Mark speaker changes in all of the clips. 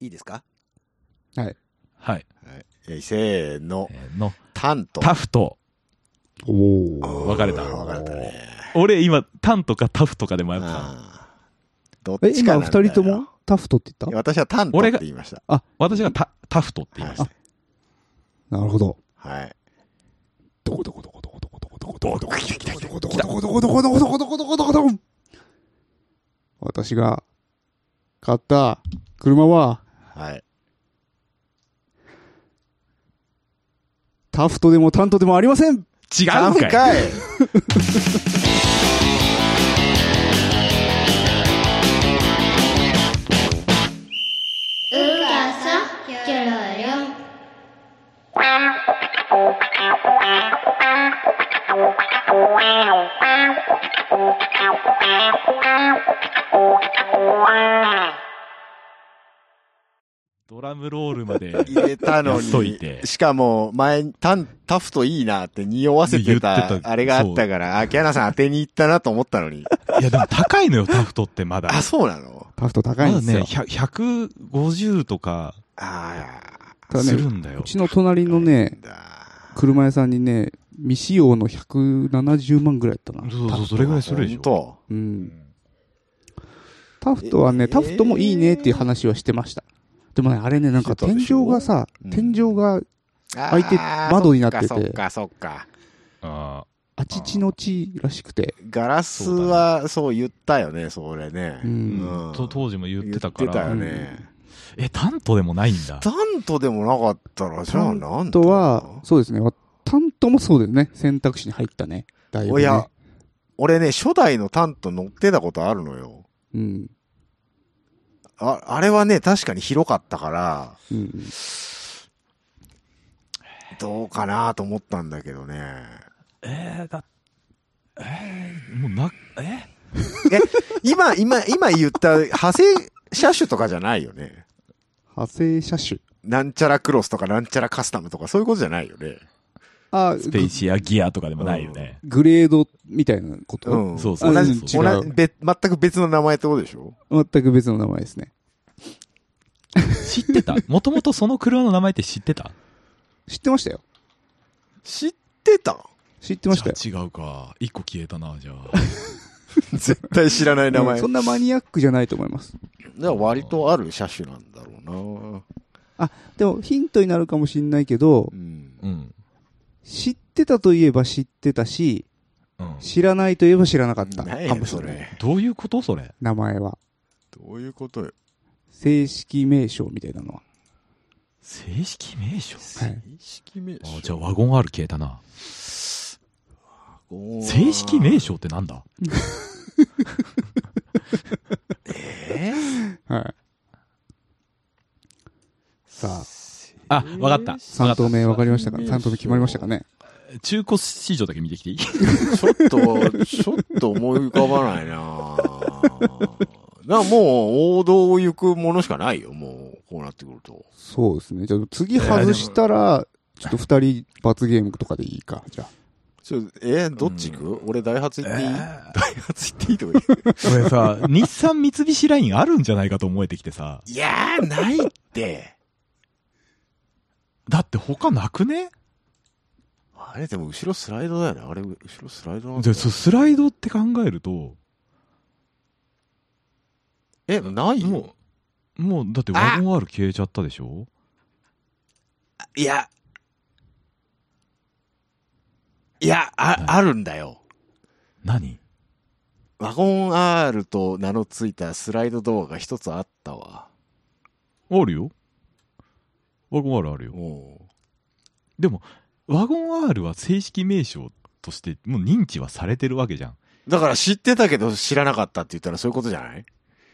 Speaker 1: いいですか
Speaker 2: はい。
Speaker 3: はい。
Speaker 1: はい。えーせーの。
Speaker 3: えーの、
Speaker 1: タンと。
Speaker 3: タフと、
Speaker 2: おお。
Speaker 3: 分かれた
Speaker 1: 分かれたね。
Speaker 3: 俺今、タンとかタフとかで迷った。
Speaker 1: あーどっ
Speaker 2: え、
Speaker 1: ちか
Speaker 2: 今
Speaker 1: なんだよ
Speaker 2: 二人ともタフトって言
Speaker 1: いや
Speaker 2: っ
Speaker 1: 私はタンとって言いました。
Speaker 3: 私がタタフトって言いました。
Speaker 2: たなるほど。
Speaker 1: はい。
Speaker 2: どこどこどこどこどこどこどこどこどこどこどこどこどこどこどこどこどこどこどこどこ私が買った車は
Speaker 1: はい。
Speaker 2: タフトでもタントでもありません
Speaker 3: 違うんかい
Speaker 1: かい
Speaker 3: ドラムロールまで
Speaker 1: 入れたの
Speaker 3: やっといて
Speaker 1: に、しかも前にタン、タフトいいなって匂わせて
Speaker 3: 言って
Speaker 1: た、
Speaker 3: た
Speaker 1: あれがあったから、あ、キャナさん当てに行ったなと思ったのに。
Speaker 3: いや、でも高いのよ、タフトってまだ。
Speaker 1: あ、そうなの
Speaker 2: タフト高
Speaker 3: ま
Speaker 2: いん
Speaker 3: だ
Speaker 2: です
Speaker 3: ね、
Speaker 2: よ。
Speaker 3: 100 150とか
Speaker 1: あ
Speaker 2: ただ
Speaker 3: する
Speaker 2: ね、
Speaker 3: んだよ
Speaker 2: う。ちの隣のね
Speaker 1: あ、、だ
Speaker 2: 車屋さんにね、未使用の170万ぐらいだったな。
Speaker 3: そう
Speaker 2: タ
Speaker 3: そう、
Speaker 2: フ
Speaker 3: そ
Speaker 2: ト
Speaker 3: れぐらいするでし
Speaker 1: 本
Speaker 3: ょ。
Speaker 1: 当
Speaker 2: うん。タフトはね、タフトもいいねっていう話はしてました。でもね、あれね、なんか
Speaker 1: してた
Speaker 2: 天
Speaker 1: でしょ
Speaker 2: 井がさ、
Speaker 1: うん
Speaker 2: 天井が
Speaker 1: あー
Speaker 2: 開いて窓になってて
Speaker 1: そっかそっかそっか。
Speaker 3: あ
Speaker 2: あちちのちらしくて、
Speaker 1: ガラスはそう言ったよね、それね。
Speaker 2: う。
Speaker 3: あ、うんん、と当時も言ってたか
Speaker 1: 言ってた
Speaker 3: ら
Speaker 1: よ。ね。
Speaker 3: え、タントでもないんだ。
Speaker 1: タントでもなかったら、じゃあなん
Speaker 2: とは、そうですね、わ担当もそうだよね、選択肢に入ったね。だいぶ、
Speaker 1: お
Speaker 2: ね。
Speaker 1: や、俺ね、初代のタント乗ってたことあるのよ。
Speaker 2: うん。
Speaker 1: あ、あれはね、確かに広かったから、
Speaker 2: うん。
Speaker 1: どうかなと思ったんだけどね。
Speaker 3: えー、だ、えー、もうな、え
Speaker 1: え、今、今、今言った派生車種とかじゃないよね。
Speaker 2: 派生車種。
Speaker 1: なんちゃらクロスとかなんちゃらカスタムとかそういうことじゃないよね。
Speaker 2: あ、
Speaker 3: スペーシアギアとかでもないよね。
Speaker 2: グレードみたいなこと、
Speaker 1: うん。
Speaker 3: そう
Speaker 2: そう
Speaker 1: 同じ、
Speaker 2: うん違う
Speaker 1: 同じ、別全く別の名前ってことでしょ
Speaker 2: 全く別の名前ですね。
Speaker 3: 知ってたもともとその車の名前って知ってた
Speaker 2: 知ってましたよ。
Speaker 1: 知ってた
Speaker 2: 知ってましたよ。
Speaker 3: じゃあ違うか。一個消えたな、じゃあ。
Speaker 1: 絶対知らない名
Speaker 2: うん
Speaker 1: 前。
Speaker 2: そんなマニアックじゃないと思います。
Speaker 1: じゃあ割とある車種なんだろうな
Speaker 2: でもヒントになるかもしんないけど
Speaker 1: う、ん。
Speaker 3: うん。
Speaker 2: 知ってたといえば知ってたし、
Speaker 3: うん。
Speaker 2: 知らないといえば知らなかった
Speaker 1: 何
Speaker 2: か
Speaker 1: や
Speaker 2: も
Speaker 1: ね
Speaker 2: し
Speaker 1: そ
Speaker 2: れない。
Speaker 1: れ。
Speaker 3: どういうことそれ。
Speaker 2: 名前は。
Speaker 1: どういうことよ。
Speaker 2: 正式名称みたいなのは。
Speaker 3: 正式名称
Speaker 2: はい。
Speaker 1: 正式名
Speaker 3: あじゃあワゴン R 消えたな。
Speaker 1: おー
Speaker 3: 正式名称ってなんだ
Speaker 1: えー
Speaker 2: はい。さあ、
Speaker 3: あ、わかった。
Speaker 2: 3
Speaker 3: わか
Speaker 2: 投
Speaker 3: っ
Speaker 2: 目分かりましたか
Speaker 1: 正式名
Speaker 2: ?3
Speaker 1: 称
Speaker 2: 投目決まりましたかね
Speaker 3: た。中古市場だけ見てきていい
Speaker 1: ちょっと、ちょっと思い浮かばないなな、もう、王道を行くものしかないよ、もう、こうなってくると。
Speaker 2: そうですね。じゃあ次外したら、ちょっと2人罰ゲームとかでいいか。じゃあ。
Speaker 1: ちょえどっち行く、俺、ダイハツ行っていい、
Speaker 3: え ー
Speaker 1: ダイハツ行っていいとか言う
Speaker 3: 俺さ、 日産三菱ラインあるんじゃないかと思えてきてさ。
Speaker 1: いやー、ないって。
Speaker 3: だって他なくね
Speaker 1: あれ、でも、後ろスライドだよね。あれ、後ろスライドなんだ
Speaker 3: じゃ
Speaker 1: よ
Speaker 3: あ、そスライドって考えると、
Speaker 1: え、ないよ。
Speaker 3: もう、もう、だってワゴン R 消えちゃったでしょ
Speaker 1: いや。いや、あ、あるんだよ。
Speaker 3: 何
Speaker 1: ワゴン R と名の付いたスライド動画が一つあったわ。
Speaker 3: あるよ。ワゴン R あるよ。
Speaker 1: もう。
Speaker 3: でも、ワゴン R は正式名称として、もう認知はされてるわけじゃん。
Speaker 1: だから知ってたけど知らなかったって言ったらそういうことじゃない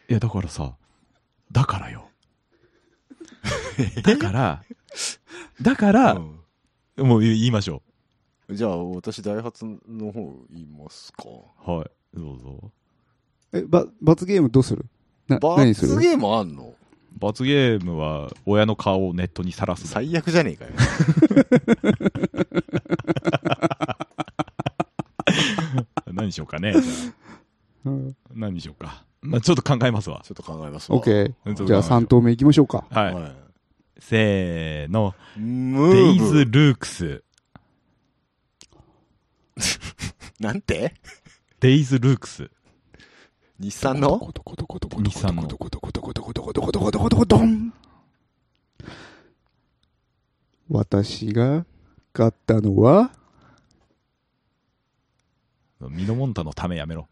Speaker 3: いや、だからさ、だからよ。だから、だから、もう言いましょ
Speaker 1: うんじゃあ私ダイハツの方言いますか。
Speaker 3: う。はい。どうぞ。
Speaker 2: え、ば、罰ゲームどうするな、何す
Speaker 1: 罰
Speaker 2: る
Speaker 1: ゲームあんの
Speaker 3: 罰ゲームは、親の顔をネットにさらす。
Speaker 1: 最悪じゃねえか よ。
Speaker 3: 何しようかね。じゃあ
Speaker 2: うん
Speaker 3: 何にしようか。まあ、ちょっと考えますわ。
Speaker 1: ちょっと考えますわ。
Speaker 2: ケ
Speaker 3: う
Speaker 2: ー
Speaker 3: んちょっと
Speaker 2: じゃあ3投目いきましょうか。
Speaker 3: はい。
Speaker 1: は
Speaker 3: せーの。
Speaker 1: い。ム
Speaker 3: デイ
Speaker 1: ー
Speaker 3: ズ・
Speaker 1: ブ。
Speaker 3: ルークス。
Speaker 1: なんて
Speaker 3: デイズ・ルークス。
Speaker 1: 日産の
Speaker 2: コトコトコトコ
Speaker 3: 日産の
Speaker 2: トコトコトコトコトコトコトコトコトコトン私が買ったのは、
Speaker 3: ミノモンタのためやめろ。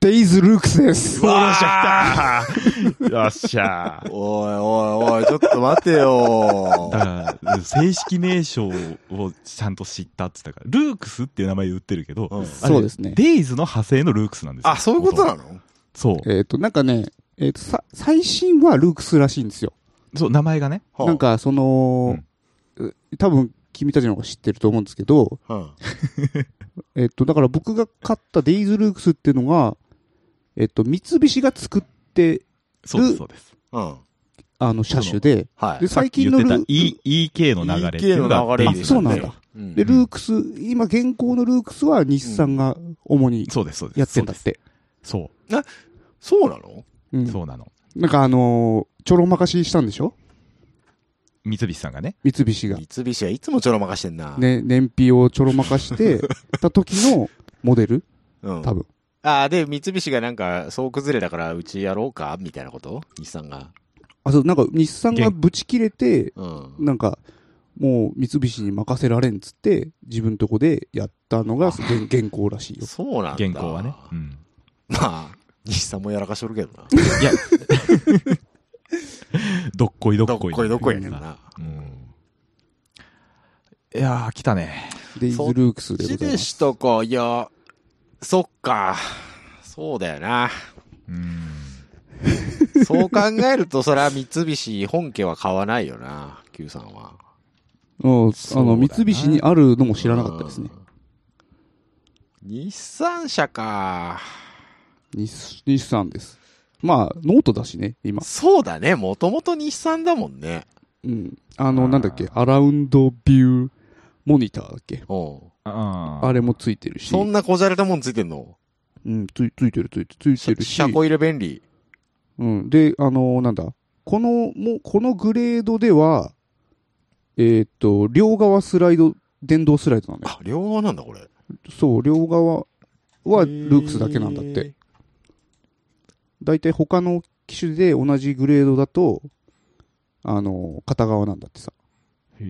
Speaker 2: デイズ・ルークスです。
Speaker 3: わー よっしゃー
Speaker 1: おいおいおい、ちょっと待てよ
Speaker 3: だから、正式名称をちゃんと知ったって言ったから、ルークスっていう名前で売ってるけど、
Speaker 1: うん
Speaker 3: あれ
Speaker 2: そうですね
Speaker 3: デイズの派生のルークスなんですよ
Speaker 1: あ、そういうことなの
Speaker 3: そ
Speaker 2: えっと、なんかね、えっと、さ最新はルークスらしいんですよ。
Speaker 3: う。そう、名前がね。
Speaker 1: はあ
Speaker 2: なん、か、その、う多分、君たちの方が知ってると思うんですけど、
Speaker 1: うん
Speaker 2: えっと、だから僕が買ったデイズ・ルークスっていうのが、えっと、三菱が作って、
Speaker 3: そうです、そうです。
Speaker 1: うん。
Speaker 2: あの、車種で、
Speaker 1: はい
Speaker 2: で、。最近の
Speaker 3: 言っ
Speaker 2: ル
Speaker 3: てた
Speaker 2: ー
Speaker 3: E- EK の流れっていうの
Speaker 1: EK
Speaker 3: が
Speaker 1: の流れ
Speaker 3: デイ
Speaker 1: で
Speaker 3: ズ
Speaker 1: す
Speaker 2: そ
Speaker 1: よ
Speaker 2: うな
Speaker 1: ね
Speaker 2: んだ。
Speaker 1: うん
Speaker 2: で、ルークス、今、現行のルークスは日産が主に
Speaker 3: そうです、そうです。
Speaker 2: やってんだって。
Speaker 3: そう
Speaker 1: そうなの
Speaker 2: う
Speaker 3: です。
Speaker 2: ん
Speaker 3: そう、そうなの。
Speaker 2: なんか、あのーちょろまかししたんでしょ
Speaker 3: 三菱さんがね。
Speaker 2: 三菱が。
Speaker 1: 三菱はいつもちょろまかしてんな。。
Speaker 2: ね、燃費をちょろまかしてた時のモデル
Speaker 1: うん。
Speaker 2: 多分。
Speaker 1: ああ、で、三菱がなんか、総崩れだから、うちやろうかみたいなこと日産が。
Speaker 2: あ、そう、なんか、日産がぶち切れて、
Speaker 1: うん。
Speaker 2: なんか、もう三菱に任せられんっつって、自分とこでやったのが現現行らしいよ。
Speaker 1: そうなんだ。
Speaker 3: 現行はね。うん。
Speaker 1: まあ、日産もやらかしとるけどな。
Speaker 3: いや、どっ こいど
Speaker 1: ど
Speaker 3: っ
Speaker 1: っ
Speaker 3: こい。
Speaker 1: こいどっこいやねんな。
Speaker 3: うん。いやー、来たね。
Speaker 2: デイズ・ルークスでご
Speaker 1: ち
Speaker 2: ざいま。
Speaker 1: ですしたか。いや、そっか。そうだよな。
Speaker 3: うん。
Speaker 1: そう考えると、そりゃ三菱本家は買わないよな、Q さんは。
Speaker 2: うん、あの、
Speaker 3: そうだな
Speaker 2: 三菱にあるのも知らなかったですね。
Speaker 1: うん。日産車か。
Speaker 2: 日日産です。まあ、ノートだしね、今。
Speaker 1: そうだね。もともと日産だもんね。
Speaker 2: うん。あの、
Speaker 3: あー
Speaker 2: なんだっけ、アラウンドビューモニターだっけ。
Speaker 1: うん。
Speaker 3: あー
Speaker 2: あれもついてるし。
Speaker 1: そんなこじゃれたもんついてんの
Speaker 2: うん、ついついてるついてる。ついてるし。
Speaker 1: 車庫入れ便利。
Speaker 2: うん。で、あの、なんだ。この、もう、このグレードでは、えーっと、両側スライド、電動スライドなのよ。
Speaker 1: あ、両側なんだ、これ。
Speaker 2: そう、両側はルークスだけなんだって。。だいたい他の機種で同じグレードだと、あの、片側なんだってさ。
Speaker 3: へ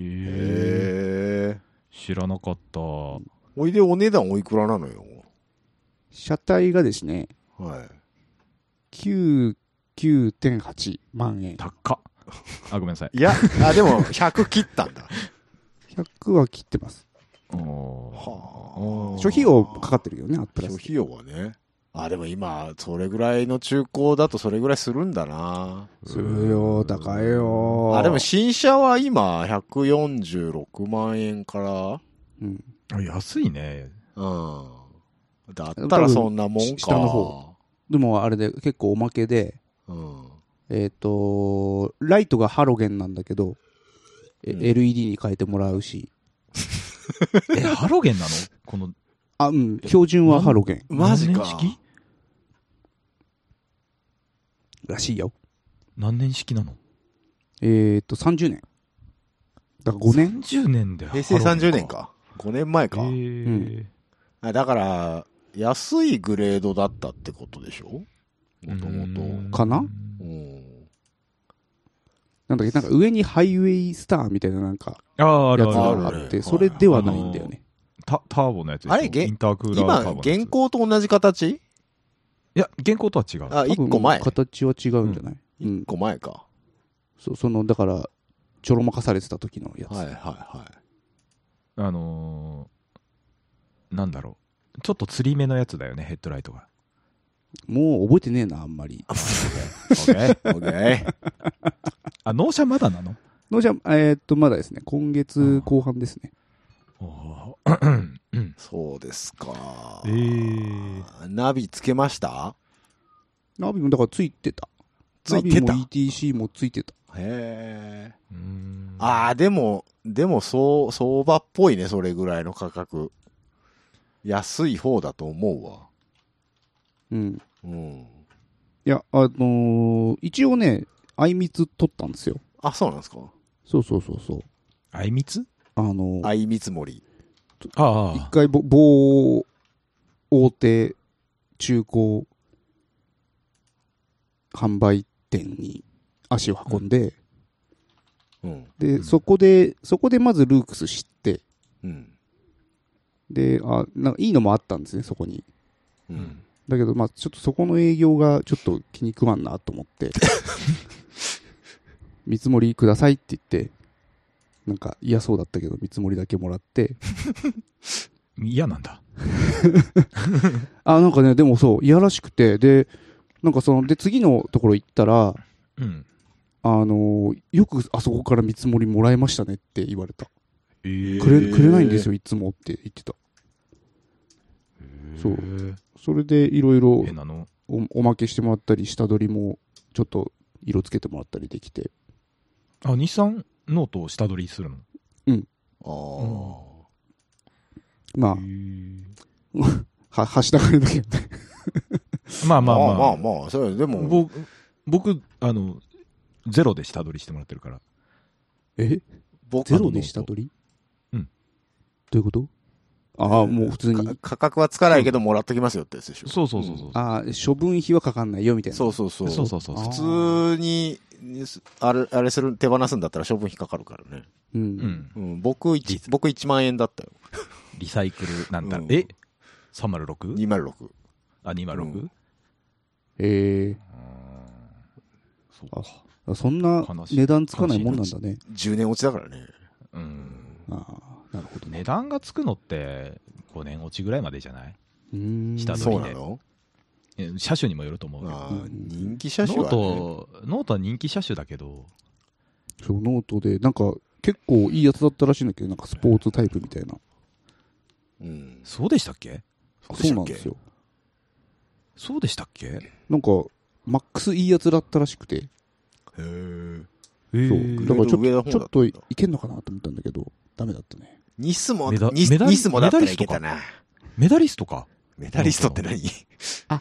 Speaker 3: え。
Speaker 1: へえ。
Speaker 3: 知らなかった。
Speaker 1: おいでお値段おいくらなのよ。
Speaker 2: 車体がですね、
Speaker 1: はい。
Speaker 2: 99.8万円。
Speaker 3: 高っ。あ、ごめんなさい。
Speaker 1: いや、あ、でも、100切ったんだ。
Speaker 2: 100は切ってます。
Speaker 3: おー
Speaker 1: は
Speaker 2: 諸費用かかってるけどね、アップラ
Speaker 1: 諸
Speaker 2: ス。
Speaker 1: 費用はね。あ、でも今、それぐらいの中古だとそれぐらいするんだな。
Speaker 2: するよ、高いよ。
Speaker 1: あ、でも新車は今、146万円から。
Speaker 2: うん。
Speaker 3: あ安いね。
Speaker 1: うん。だったらそんなもん
Speaker 2: し
Speaker 1: か。
Speaker 2: 下の方。でもあれで、結構おまけで、
Speaker 1: うん。
Speaker 2: えっ、と、ライトがハロゲンなんだけど、え
Speaker 1: うん
Speaker 2: LED に変えてもらうし、
Speaker 3: え、ハロゲンなのこの、
Speaker 2: あ、うん、標準はハロゲン
Speaker 1: マジ
Speaker 3: 何
Speaker 1: か
Speaker 3: 年。式
Speaker 2: らしいよ。
Speaker 3: 何年式なの
Speaker 2: えっ、と、30年。だから5年
Speaker 3: ?10 年で。
Speaker 1: 平成30年。か。5年前か。
Speaker 3: え
Speaker 1: あだから、安いグレードだったってことでしょもともと。
Speaker 2: かな
Speaker 1: うん。
Speaker 2: なんだっけ、なんか上にハイウェイスターみたいななんか、
Speaker 3: ああ、あ
Speaker 2: や
Speaker 3: る
Speaker 2: つ
Speaker 3: ある
Speaker 2: が
Speaker 3: あ
Speaker 2: あ
Speaker 3: る。
Speaker 1: るあ
Speaker 2: っ
Speaker 1: る
Speaker 2: て、それではないんだよね。
Speaker 3: タターボのやつでしょ
Speaker 1: あれげ
Speaker 3: インタークーラーターボ
Speaker 1: 今、
Speaker 3: のやつ
Speaker 1: 現行と同じ形
Speaker 3: いや、現行とは違う。
Speaker 1: あ、
Speaker 2: 多分
Speaker 1: 1個前。
Speaker 2: 形は違うんじゃない、うん
Speaker 1: 1個前か。
Speaker 2: そうその、だから、ちょろまかされてた時のやつ。
Speaker 1: はいはいはい。
Speaker 3: あのー、なんだろう。ちょっと釣り目のやつだよね、ヘッドライトが。
Speaker 2: もう覚えてねえな、あんまり。
Speaker 3: オッケー
Speaker 1: オッケー。
Speaker 3: あ、納車まだなの
Speaker 2: のじゃ、えーっと、まだですね、今
Speaker 3: うん
Speaker 2: 月後半ですね。
Speaker 3: おーうん
Speaker 1: そうですか。
Speaker 3: えー
Speaker 1: ナビつけました
Speaker 2: ナビもだからついてた。
Speaker 1: ついて
Speaker 2: ナ
Speaker 1: た
Speaker 2: ビも ETC もついてた。
Speaker 1: へえ。
Speaker 3: うーん
Speaker 1: ああ、でも、でも、そう、相場っぽいね、それぐらいの価格。安い方だと思うわ。
Speaker 2: うん。
Speaker 1: うん。
Speaker 2: いや、あのー一応ね、あいみつ取ったんですよ。
Speaker 1: あ、そうなんですか
Speaker 2: そうそうそうそう。
Speaker 3: あいみつ
Speaker 2: あのー
Speaker 1: 相見積もり。
Speaker 3: あ
Speaker 2: 一回ぼ、棒、大手、中古、販売店に足を運んで、
Speaker 1: うん。
Speaker 2: で、
Speaker 3: うん
Speaker 2: そこで、そこでまずルークス知って、
Speaker 1: うん。
Speaker 2: で、あ、なんかいいのもあったんですね、そこに。
Speaker 1: う
Speaker 3: あ。
Speaker 1: ん。
Speaker 2: だけど、まあちょっとそこの営業がちょっと気に食わんなと思って、見積もりくださいって言って、なんか嫌そうだったけど、見積もりだけもらって、
Speaker 3: 嫌なんだ。
Speaker 2: あ、なんかね、でもそう、いやらしくて、で、なんかその、で、次のところ行ったら、
Speaker 3: うん。
Speaker 2: あのーよくあそこから見積もりもらいましたねって言われた。
Speaker 3: え
Speaker 2: くれ、くれないんですよ、いつもって言ってた。そうそれで、いろいろ
Speaker 3: 変なの。
Speaker 2: おおまけしてもらったり、下取りもちょっと色つけてもらったりできて、
Speaker 3: あ、日産ノートを下取りするの
Speaker 1: ああ。
Speaker 2: まあ、は、はしたがるだけどね。
Speaker 3: まあまあまあ。
Speaker 1: まあまあ、それでも、
Speaker 3: 僕、僕、あの、ゼロで下取りしてもらってるから。
Speaker 2: え
Speaker 1: 僕
Speaker 2: ゼロで下取り
Speaker 3: うん
Speaker 2: どういうことああ、もう普通に
Speaker 1: か。価格はつかないけどもらっときますよってやつでしょ。
Speaker 3: そうそうそうそう。
Speaker 2: ああ、処分費はかかんないよ、みたいな。
Speaker 1: そうそうそう。
Speaker 3: そうそうそうそう。
Speaker 2: あ
Speaker 1: 普通に、あれ、あれする、手放すんだったら処分費かかるからね。
Speaker 2: う。
Speaker 3: うんん。
Speaker 1: うん、僕一、僕1万円だったよ。
Speaker 3: リサイクルなんたら
Speaker 1: う、ん
Speaker 3: え ?306?
Speaker 1: 206。
Speaker 3: あ、
Speaker 1: う
Speaker 3: 206?
Speaker 1: ん
Speaker 2: ええ
Speaker 3: そう
Speaker 2: ああそんな
Speaker 3: 悲しい
Speaker 2: 値段つかないもんなんだね。
Speaker 1: 10年落ちだからね。
Speaker 3: うん。
Speaker 2: ああ、なるほどね。
Speaker 3: 値段がつくのって5年落ちぐらいまでじゃないう
Speaker 2: ーん
Speaker 3: 下取り
Speaker 1: そうなの
Speaker 3: え車種にもよると思うけど。
Speaker 1: あ
Speaker 2: う
Speaker 1: ー
Speaker 2: ん
Speaker 1: 人気車
Speaker 3: ノ
Speaker 1: 種
Speaker 3: ー
Speaker 1: はね。
Speaker 3: ト、ノートは人気車種だけど、
Speaker 2: そう、ノートで、なんか、結構いいやつだったらしいんだけど、なんかスポーツタイプみたいな。
Speaker 1: うん。
Speaker 3: そうでしたっけ
Speaker 1: そうで
Speaker 2: そう
Speaker 1: した
Speaker 2: な
Speaker 1: っ
Speaker 2: ん
Speaker 1: け
Speaker 2: ですよ。
Speaker 3: そうでしたっけ
Speaker 2: なんか、マックスいいやつだったらしくて、
Speaker 1: へー
Speaker 2: そう
Speaker 1: ー
Speaker 2: だからち
Speaker 1: グレー
Speaker 2: ょ
Speaker 1: ド
Speaker 2: っと、
Speaker 1: 上の方だっ
Speaker 2: ちょっとい
Speaker 1: た
Speaker 2: けんのかなと思ったんだけど、ダメだったね。
Speaker 1: ニスモ、
Speaker 3: メダ
Speaker 1: ニス
Speaker 3: メダリ
Speaker 1: ニスモだったらいけたな。
Speaker 3: メダリストか。
Speaker 1: メダリストって何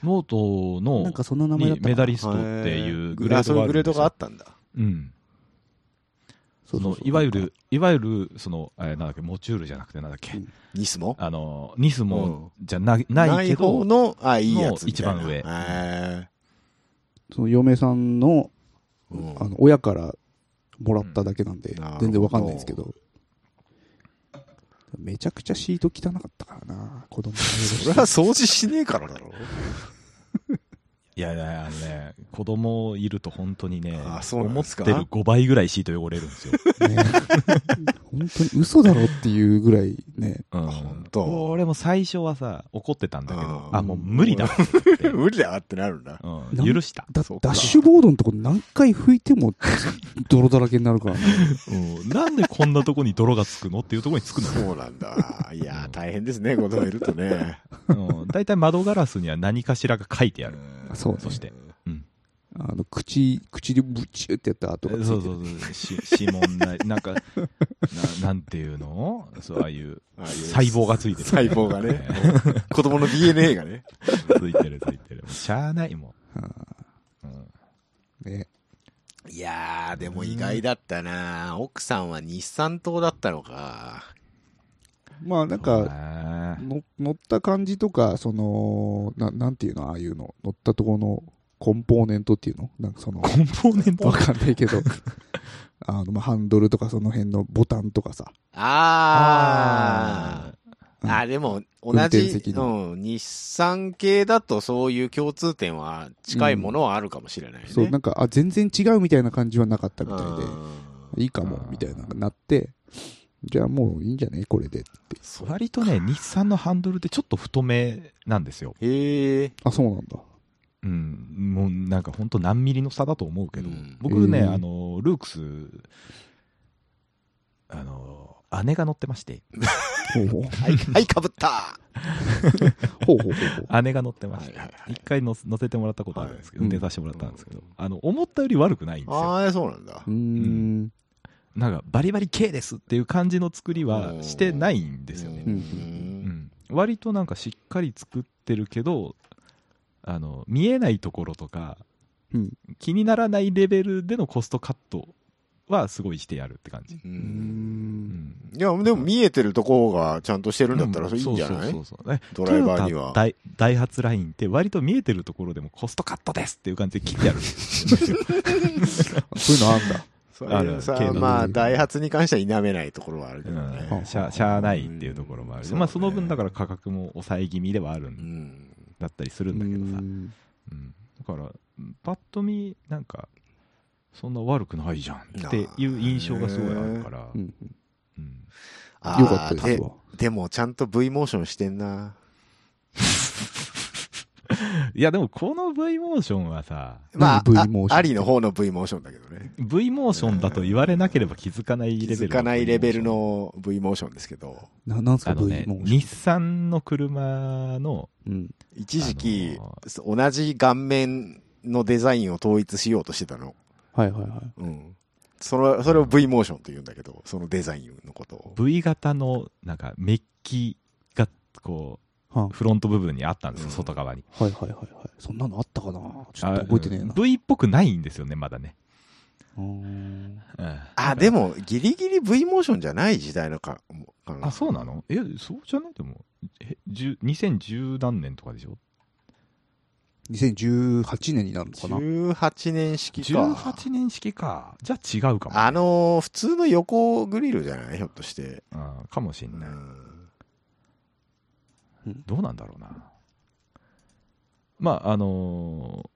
Speaker 3: ノートの、
Speaker 2: なんかそんな名前だった
Speaker 3: に
Speaker 2: かな
Speaker 3: メダリストっていうグレ
Speaker 1: あ
Speaker 3: ー
Speaker 1: そ
Speaker 3: ド
Speaker 1: うい
Speaker 3: があ
Speaker 1: うグレ
Speaker 3: るん
Speaker 1: ー
Speaker 3: で
Speaker 1: ド
Speaker 3: す
Speaker 1: があ
Speaker 3: よ
Speaker 1: っ。たんだ。
Speaker 3: うん。
Speaker 2: そ
Speaker 3: そう
Speaker 2: そう
Speaker 3: の
Speaker 2: そう
Speaker 3: いわゆる、いわゆる、その、えーなんだっけ、モチュールじゃなくて、なんだっけ、
Speaker 2: うん
Speaker 1: ニスモ
Speaker 3: あの、ニスモじゃな,、ないけ
Speaker 1: 方
Speaker 3: ど、
Speaker 1: の、あ、いいやつみたいな。
Speaker 3: の一番上
Speaker 1: へー
Speaker 2: その嫁さんの
Speaker 1: うん
Speaker 2: あの親からもらっただけなんで、
Speaker 1: うんなるほど
Speaker 2: 全然わかんないですけど。めちゃくちゃシート汚かったからな、子供が
Speaker 1: それ は掃除しねえからだろ。
Speaker 3: いやいや、あのね、子供いると本当にね、
Speaker 1: あそうなん
Speaker 3: 思
Speaker 1: で
Speaker 3: っ
Speaker 1: すか
Speaker 3: てる5倍ぐらいシート汚れるんですよ。
Speaker 2: ね本当に嘘だろっていうぐらいね。
Speaker 3: う
Speaker 1: 本
Speaker 3: ん、
Speaker 1: 当。
Speaker 3: 俺も最初はさ、怒ってたんだけど、
Speaker 1: うん
Speaker 3: あ、もう無理だって言っ て、
Speaker 1: 無理だってなるんだ。
Speaker 3: うん、許した。
Speaker 2: だ
Speaker 1: そうか
Speaker 2: ダッシュボードのとこ何回拭いても泥だらけになるからね、
Speaker 3: うんなんでこんなとこに泥がつくのっていうところにつくの
Speaker 1: そうなんだ。いや
Speaker 3: う
Speaker 1: ー、
Speaker 3: ん
Speaker 1: 大変ですね、子供いるとね。
Speaker 3: うん大体窓ガラスには何かしらが書いてある。
Speaker 2: あそうね
Speaker 3: そして。
Speaker 2: あの口、口でブチュってやった跡
Speaker 3: そ
Speaker 2: が
Speaker 3: う
Speaker 2: ついてる。
Speaker 3: そうそう。し指紋ない。なんか、ななんていうのそう、ああいう
Speaker 1: ああいう
Speaker 3: 細胞がついてる。
Speaker 1: 細胞が ね。子供の DNA がね。
Speaker 3: ついてるついてる。しゃあないもん。うん
Speaker 2: ね
Speaker 1: いやー、でも意外だったな奥さんは日産党だったのか。
Speaker 2: まあなん
Speaker 3: そう
Speaker 2: か、
Speaker 3: だね
Speaker 2: の乗った感じとか、そのな、なんていうの、ああいうの、乗ったところのコンポーネントっていうの、なんかその、
Speaker 3: コンポーネント
Speaker 2: わかんないけど、 あの、まあ、ハンドルとかその辺のボタンとかさ、
Speaker 1: あー。
Speaker 2: うん
Speaker 1: あー、でも、同
Speaker 2: 運転
Speaker 1: じ、
Speaker 2: 席
Speaker 1: うん、日産系だとそういう共通点は近いものはあるかもしれないね。
Speaker 2: そう、なんか、あ、全然違うみたいな感じはなかったみたい
Speaker 1: うん
Speaker 2: で、いいかも、みたいなのがなって、じゃあもういいんじゃねこれでって。
Speaker 3: 割とね、日産のハンドルってちょっと太めなんですよ。
Speaker 1: へえ。
Speaker 2: あ、そうなんだ。
Speaker 3: うん。もうなんか本当何ミリの差だと思うけど
Speaker 1: うん。
Speaker 3: 僕ね、
Speaker 2: うん
Speaker 3: あの、ルークス、あの、姉が乗ってまして。
Speaker 2: ほうほう。
Speaker 1: はい、 はい、かぶった
Speaker 2: ほ うほうほうほう。
Speaker 3: 姉が乗ってまし
Speaker 1: はい
Speaker 3: て
Speaker 1: はいはい
Speaker 3: 一回乗せ乗せてもらったことあるんですけど、
Speaker 2: はい
Speaker 3: 運転させてもらったんですけど、
Speaker 1: うん
Speaker 3: あの思ったより悪くないんですよ
Speaker 1: ああ、そうなんだ
Speaker 2: うー。ん。
Speaker 3: なんかバリバリ K ですっていう感じの作り
Speaker 1: お
Speaker 3: は
Speaker 1: ー
Speaker 3: してないんですよ
Speaker 1: う
Speaker 3: ね、
Speaker 2: ん
Speaker 3: うん割となんかしっかり作ってるけどあの見えないところとか
Speaker 2: うん。
Speaker 3: 気にならないレベルでのコストカットはすごいしてやるって感じ、
Speaker 1: う。
Speaker 2: うんん。
Speaker 1: いや、でも見えてるところがちゃんとしてるんだったら
Speaker 3: う
Speaker 1: それいいんじゃない
Speaker 3: そうそうそうそうね
Speaker 1: ドライバーに
Speaker 3: トヨ
Speaker 1: は
Speaker 3: タ。ダイダイハツラインって割と見えてるところでもコストカットですっていう感じで切ってあ る
Speaker 2: そういうのあんだ。
Speaker 1: そ
Speaker 3: あ
Speaker 1: れ
Speaker 3: る
Speaker 1: さ
Speaker 3: 軽、
Speaker 2: 度
Speaker 1: まあ、ダイハツに関しては否めないところはあるけどね。
Speaker 3: うんしゃしゃあないっていうところもあるし、
Speaker 1: うん
Speaker 3: まあ、
Speaker 1: そ
Speaker 3: そう
Speaker 1: ね
Speaker 3: の分だから価格も抑え気味ではある
Speaker 1: うんん。
Speaker 3: だったりするんだけどさ、うんだからパッと見なんかそんな悪くないじゃんっていう印象がすごいあるから、
Speaker 2: うん
Speaker 3: うん
Speaker 1: あー
Speaker 2: よかったですわ。
Speaker 1: でも、ちゃんと V モーションしてんな。
Speaker 3: いやでもこの V モーションはさ
Speaker 1: まあ
Speaker 2: 何、
Speaker 1: あ
Speaker 2: V モーション
Speaker 1: ありの方の V モーションだけどね。
Speaker 3: V モーションだと言われなければ気づかないレ
Speaker 1: 気
Speaker 3: ベル
Speaker 1: づ
Speaker 3: の
Speaker 1: かないレベルの V モーションですけど、
Speaker 2: ななんすか、
Speaker 3: あの
Speaker 2: V
Speaker 3: ね
Speaker 2: モーシ
Speaker 3: 日産の車の
Speaker 2: ョン。うん。
Speaker 1: 一時期
Speaker 3: あの、
Speaker 1: 同じ顔面のデザインを統一しようとしてたの。
Speaker 2: はいはいはい。
Speaker 1: うん。それそれを V モーションと言うんだけど、そのデザインのことを。
Speaker 3: V 型のなんかメッキがこ
Speaker 2: は
Speaker 3: うフロント部分にあったんですよ
Speaker 1: うん
Speaker 3: 外側に
Speaker 2: はいはいはいはい。そんなのあったかなちょっと覚えてねえな
Speaker 3: あ。V っぽくないんですよねまだね、
Speaker 2: うーん
Speaker 3: うん
Speaker 1: あ、でも、ギリギリ V モーションじゃない時代のか、か
Speaker 3: あそうなのえそうじゃないでもえ10 2010何年とかでしょ
Speaker 2: 2018年になるのかな
Speaker 1: ?18 年式か。
Speaker 3: 18年式かじゃあ違うかもね、
Speaker 1: あのー普通の横グリルじゃないひょっとして。
Speaker 3: あかもし
Speaker 1: うん
Speaker 3: ない、
Speaker 1: ん。
Speaker 3: どうなんだろうなまああのー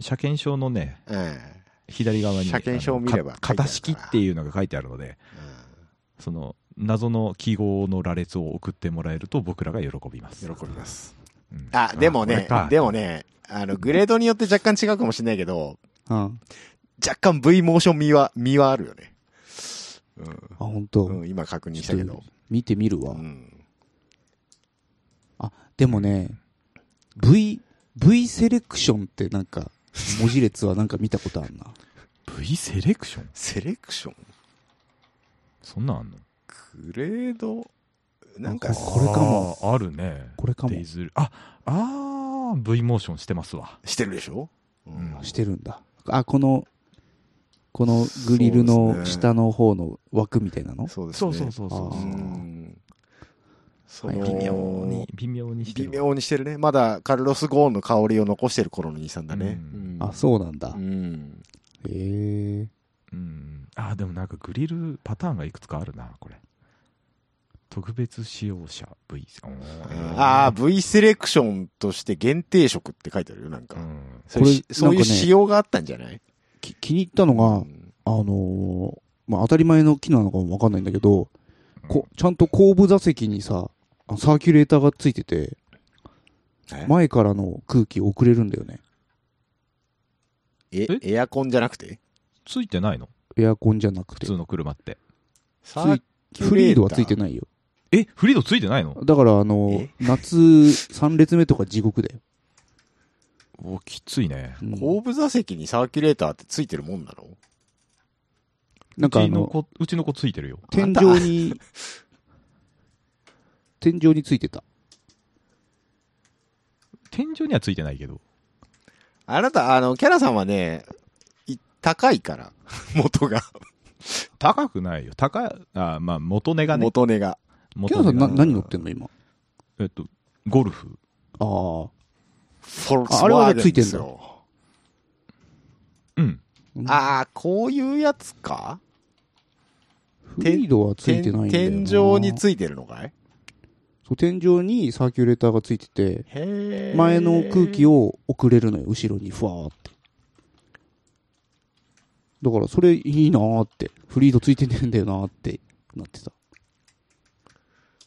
Speaker 3: 車検証のね
Speaker 1: え
Speaker 3: 左側に
Speaker 1: 車検証を見れば
Speaker 3: あの
Speaker 1: 書いてある
Speaker 3: か
Speaker 1: から
Speaker 3: 型式っていうのが書いてあるので
Speaker 1: え
Speaker 3: その謎の記号の羅列を送ってもらえると僕らが喜びます、
Speaker 1: うん喜びます。
Speaker 3: うん
Speaker 1: あ、でも
Speaker 3: これ
Speaker 1: ね
Speaker 3: か、
Speaker 1: でもね、あの、グレードによって若干違うかもしれないけど、
Speaker 2: うん。あ、
Speaker 1: 若干 V モーション味は、味はあるよね。うん
Speaker 2: 本当。
Speaker 1: うん、今確認したけど。
Speaker 2: 見てみる
Speaker 1: う
Speaker 2: わ。
Speaker 1: ん。
Speaker 2: あ、でもね、V、V セレクションってなんか、文字列はなんか見たことあ るな。
Speaker 3: V セレクション
Speaker 1: セレクション
Speaker 3: そんなんあんの
Speaker 1: グレードなんか
Speaker 2: なん、かこれかも
Speaker 3: あーあるね
Speaker 2: これかも
Speaker 3: デイズルああー V モーションしてますわ
Speaker 1: してるでしょうん
Speaker 3: うん
Speaker 2: してるんだ。あ、この、このグリル
Speaker 1: そうで
Speaker 2: の
Speaker 1: すね
Speaker 2: 下の方の枠みたいなの
Speaker 1: そうですね。
Speaker 3: そうそうそうそう
Speaker 2: あー
Speaker 1: んその
Speaker 2: はい
Speaker 3: 微妙に微妙にして
Speaker 1: 微
Speaker 3: る
Speaker 1: 妙にしてるね。まだカルロス・ゴーンの香りを残してる頃の23だね。
Speaker 3: う
Speaker 2: あ、そうなんだ
Speaker 1: う。ん。
Speaker 2: へえ。
Speaker 3: うんあーでもなんかグリルパターンがいくつかあるなこれ特別使用者 V
Speaker 1: ああ、V セレクションとして限定色って書いてあるよ、なんか
Speaker 3: う。ん
Speaker 1: そういう
Speaker 2: これ
Speaker 1: そういう
Speaker 2: なんかね
Speaker 1: 仕様があったんじゃない
Speaker 2: き気に入ったの
Speaker 1: う
Speaker 2: が、
Speaker 1: ん
Speaker 2: あのーまあ、当たり前の機能なのかもわかんないんだけど、こちゃんと後部座席にさ、あサーキュレーターがついてて、
Speaker 1: え
Speaker 2: 前からの空気送れるんだよね。
Speaker 1: え
Speaker 3: え、
Speaker 1: エアコンじゃなくて
Speaker 3: ついてないの
Speaker 2: エアコンじゃなく
Speaker 3: 普
Speaker 2: て。
Speaker 3: 通の車って
Speaker 1: サーキュレーター
Speaker 2: フリードはついてないよ。
Speaker 3: えフリードついてないの
Speaker 2: だから、あのー
Speaker 1: え
Speaker 2: 夏3列目とか地獄だよ。
Speaker 3: おきついね
Speaker 2: うん
Speaker 1: 後部座席にサーキュレーターってついてるもんなの
Speaker 2: なんかあ
Speaker 3: うちの
Speaker 2: の、
Speaker 3: 子うちの子ついてるよ
Speaker 2: 天井 に、天井についてた。
Speaker 3: 天井にはついてないけど
Speaker 1: あなた、あの、キャラさんはね、い高いから、 元が、
Speaker 3: 高くないよ高いあまあ元値がね
Speaker 1: 元値が。
Speaker 2: キ
Speaker 3: 元
Speaker 2: ャナさんな
Speaker 3: 値が
Speaker 2: 何乗ってんの今。
Speaker 3: えっとゴルフ
Speaker 2: あ
Speaker 1: フォルクス
Speaker 2: ああれは
Speaker 1: ワーゲンです
Speaker 2: ついてん
Speaker 1: よ。
Speaker 3: うん
Speaker 2: あ。
Speaker 1: ああ、こういうやつか
Speaker 2: フリードはついてないんだよな
Speaker 1: 天井についてるのかい
Speaker 2: そう天井にサーキュレーターがついてて、
Speaker 1: へえ。
Speaker 2: 前の空気
Speaker 1: を。
Speaker 2: を送れるのよ、後ろにふわーって。だから、それいいなーって。フリードついてねえんだよなーってなってた。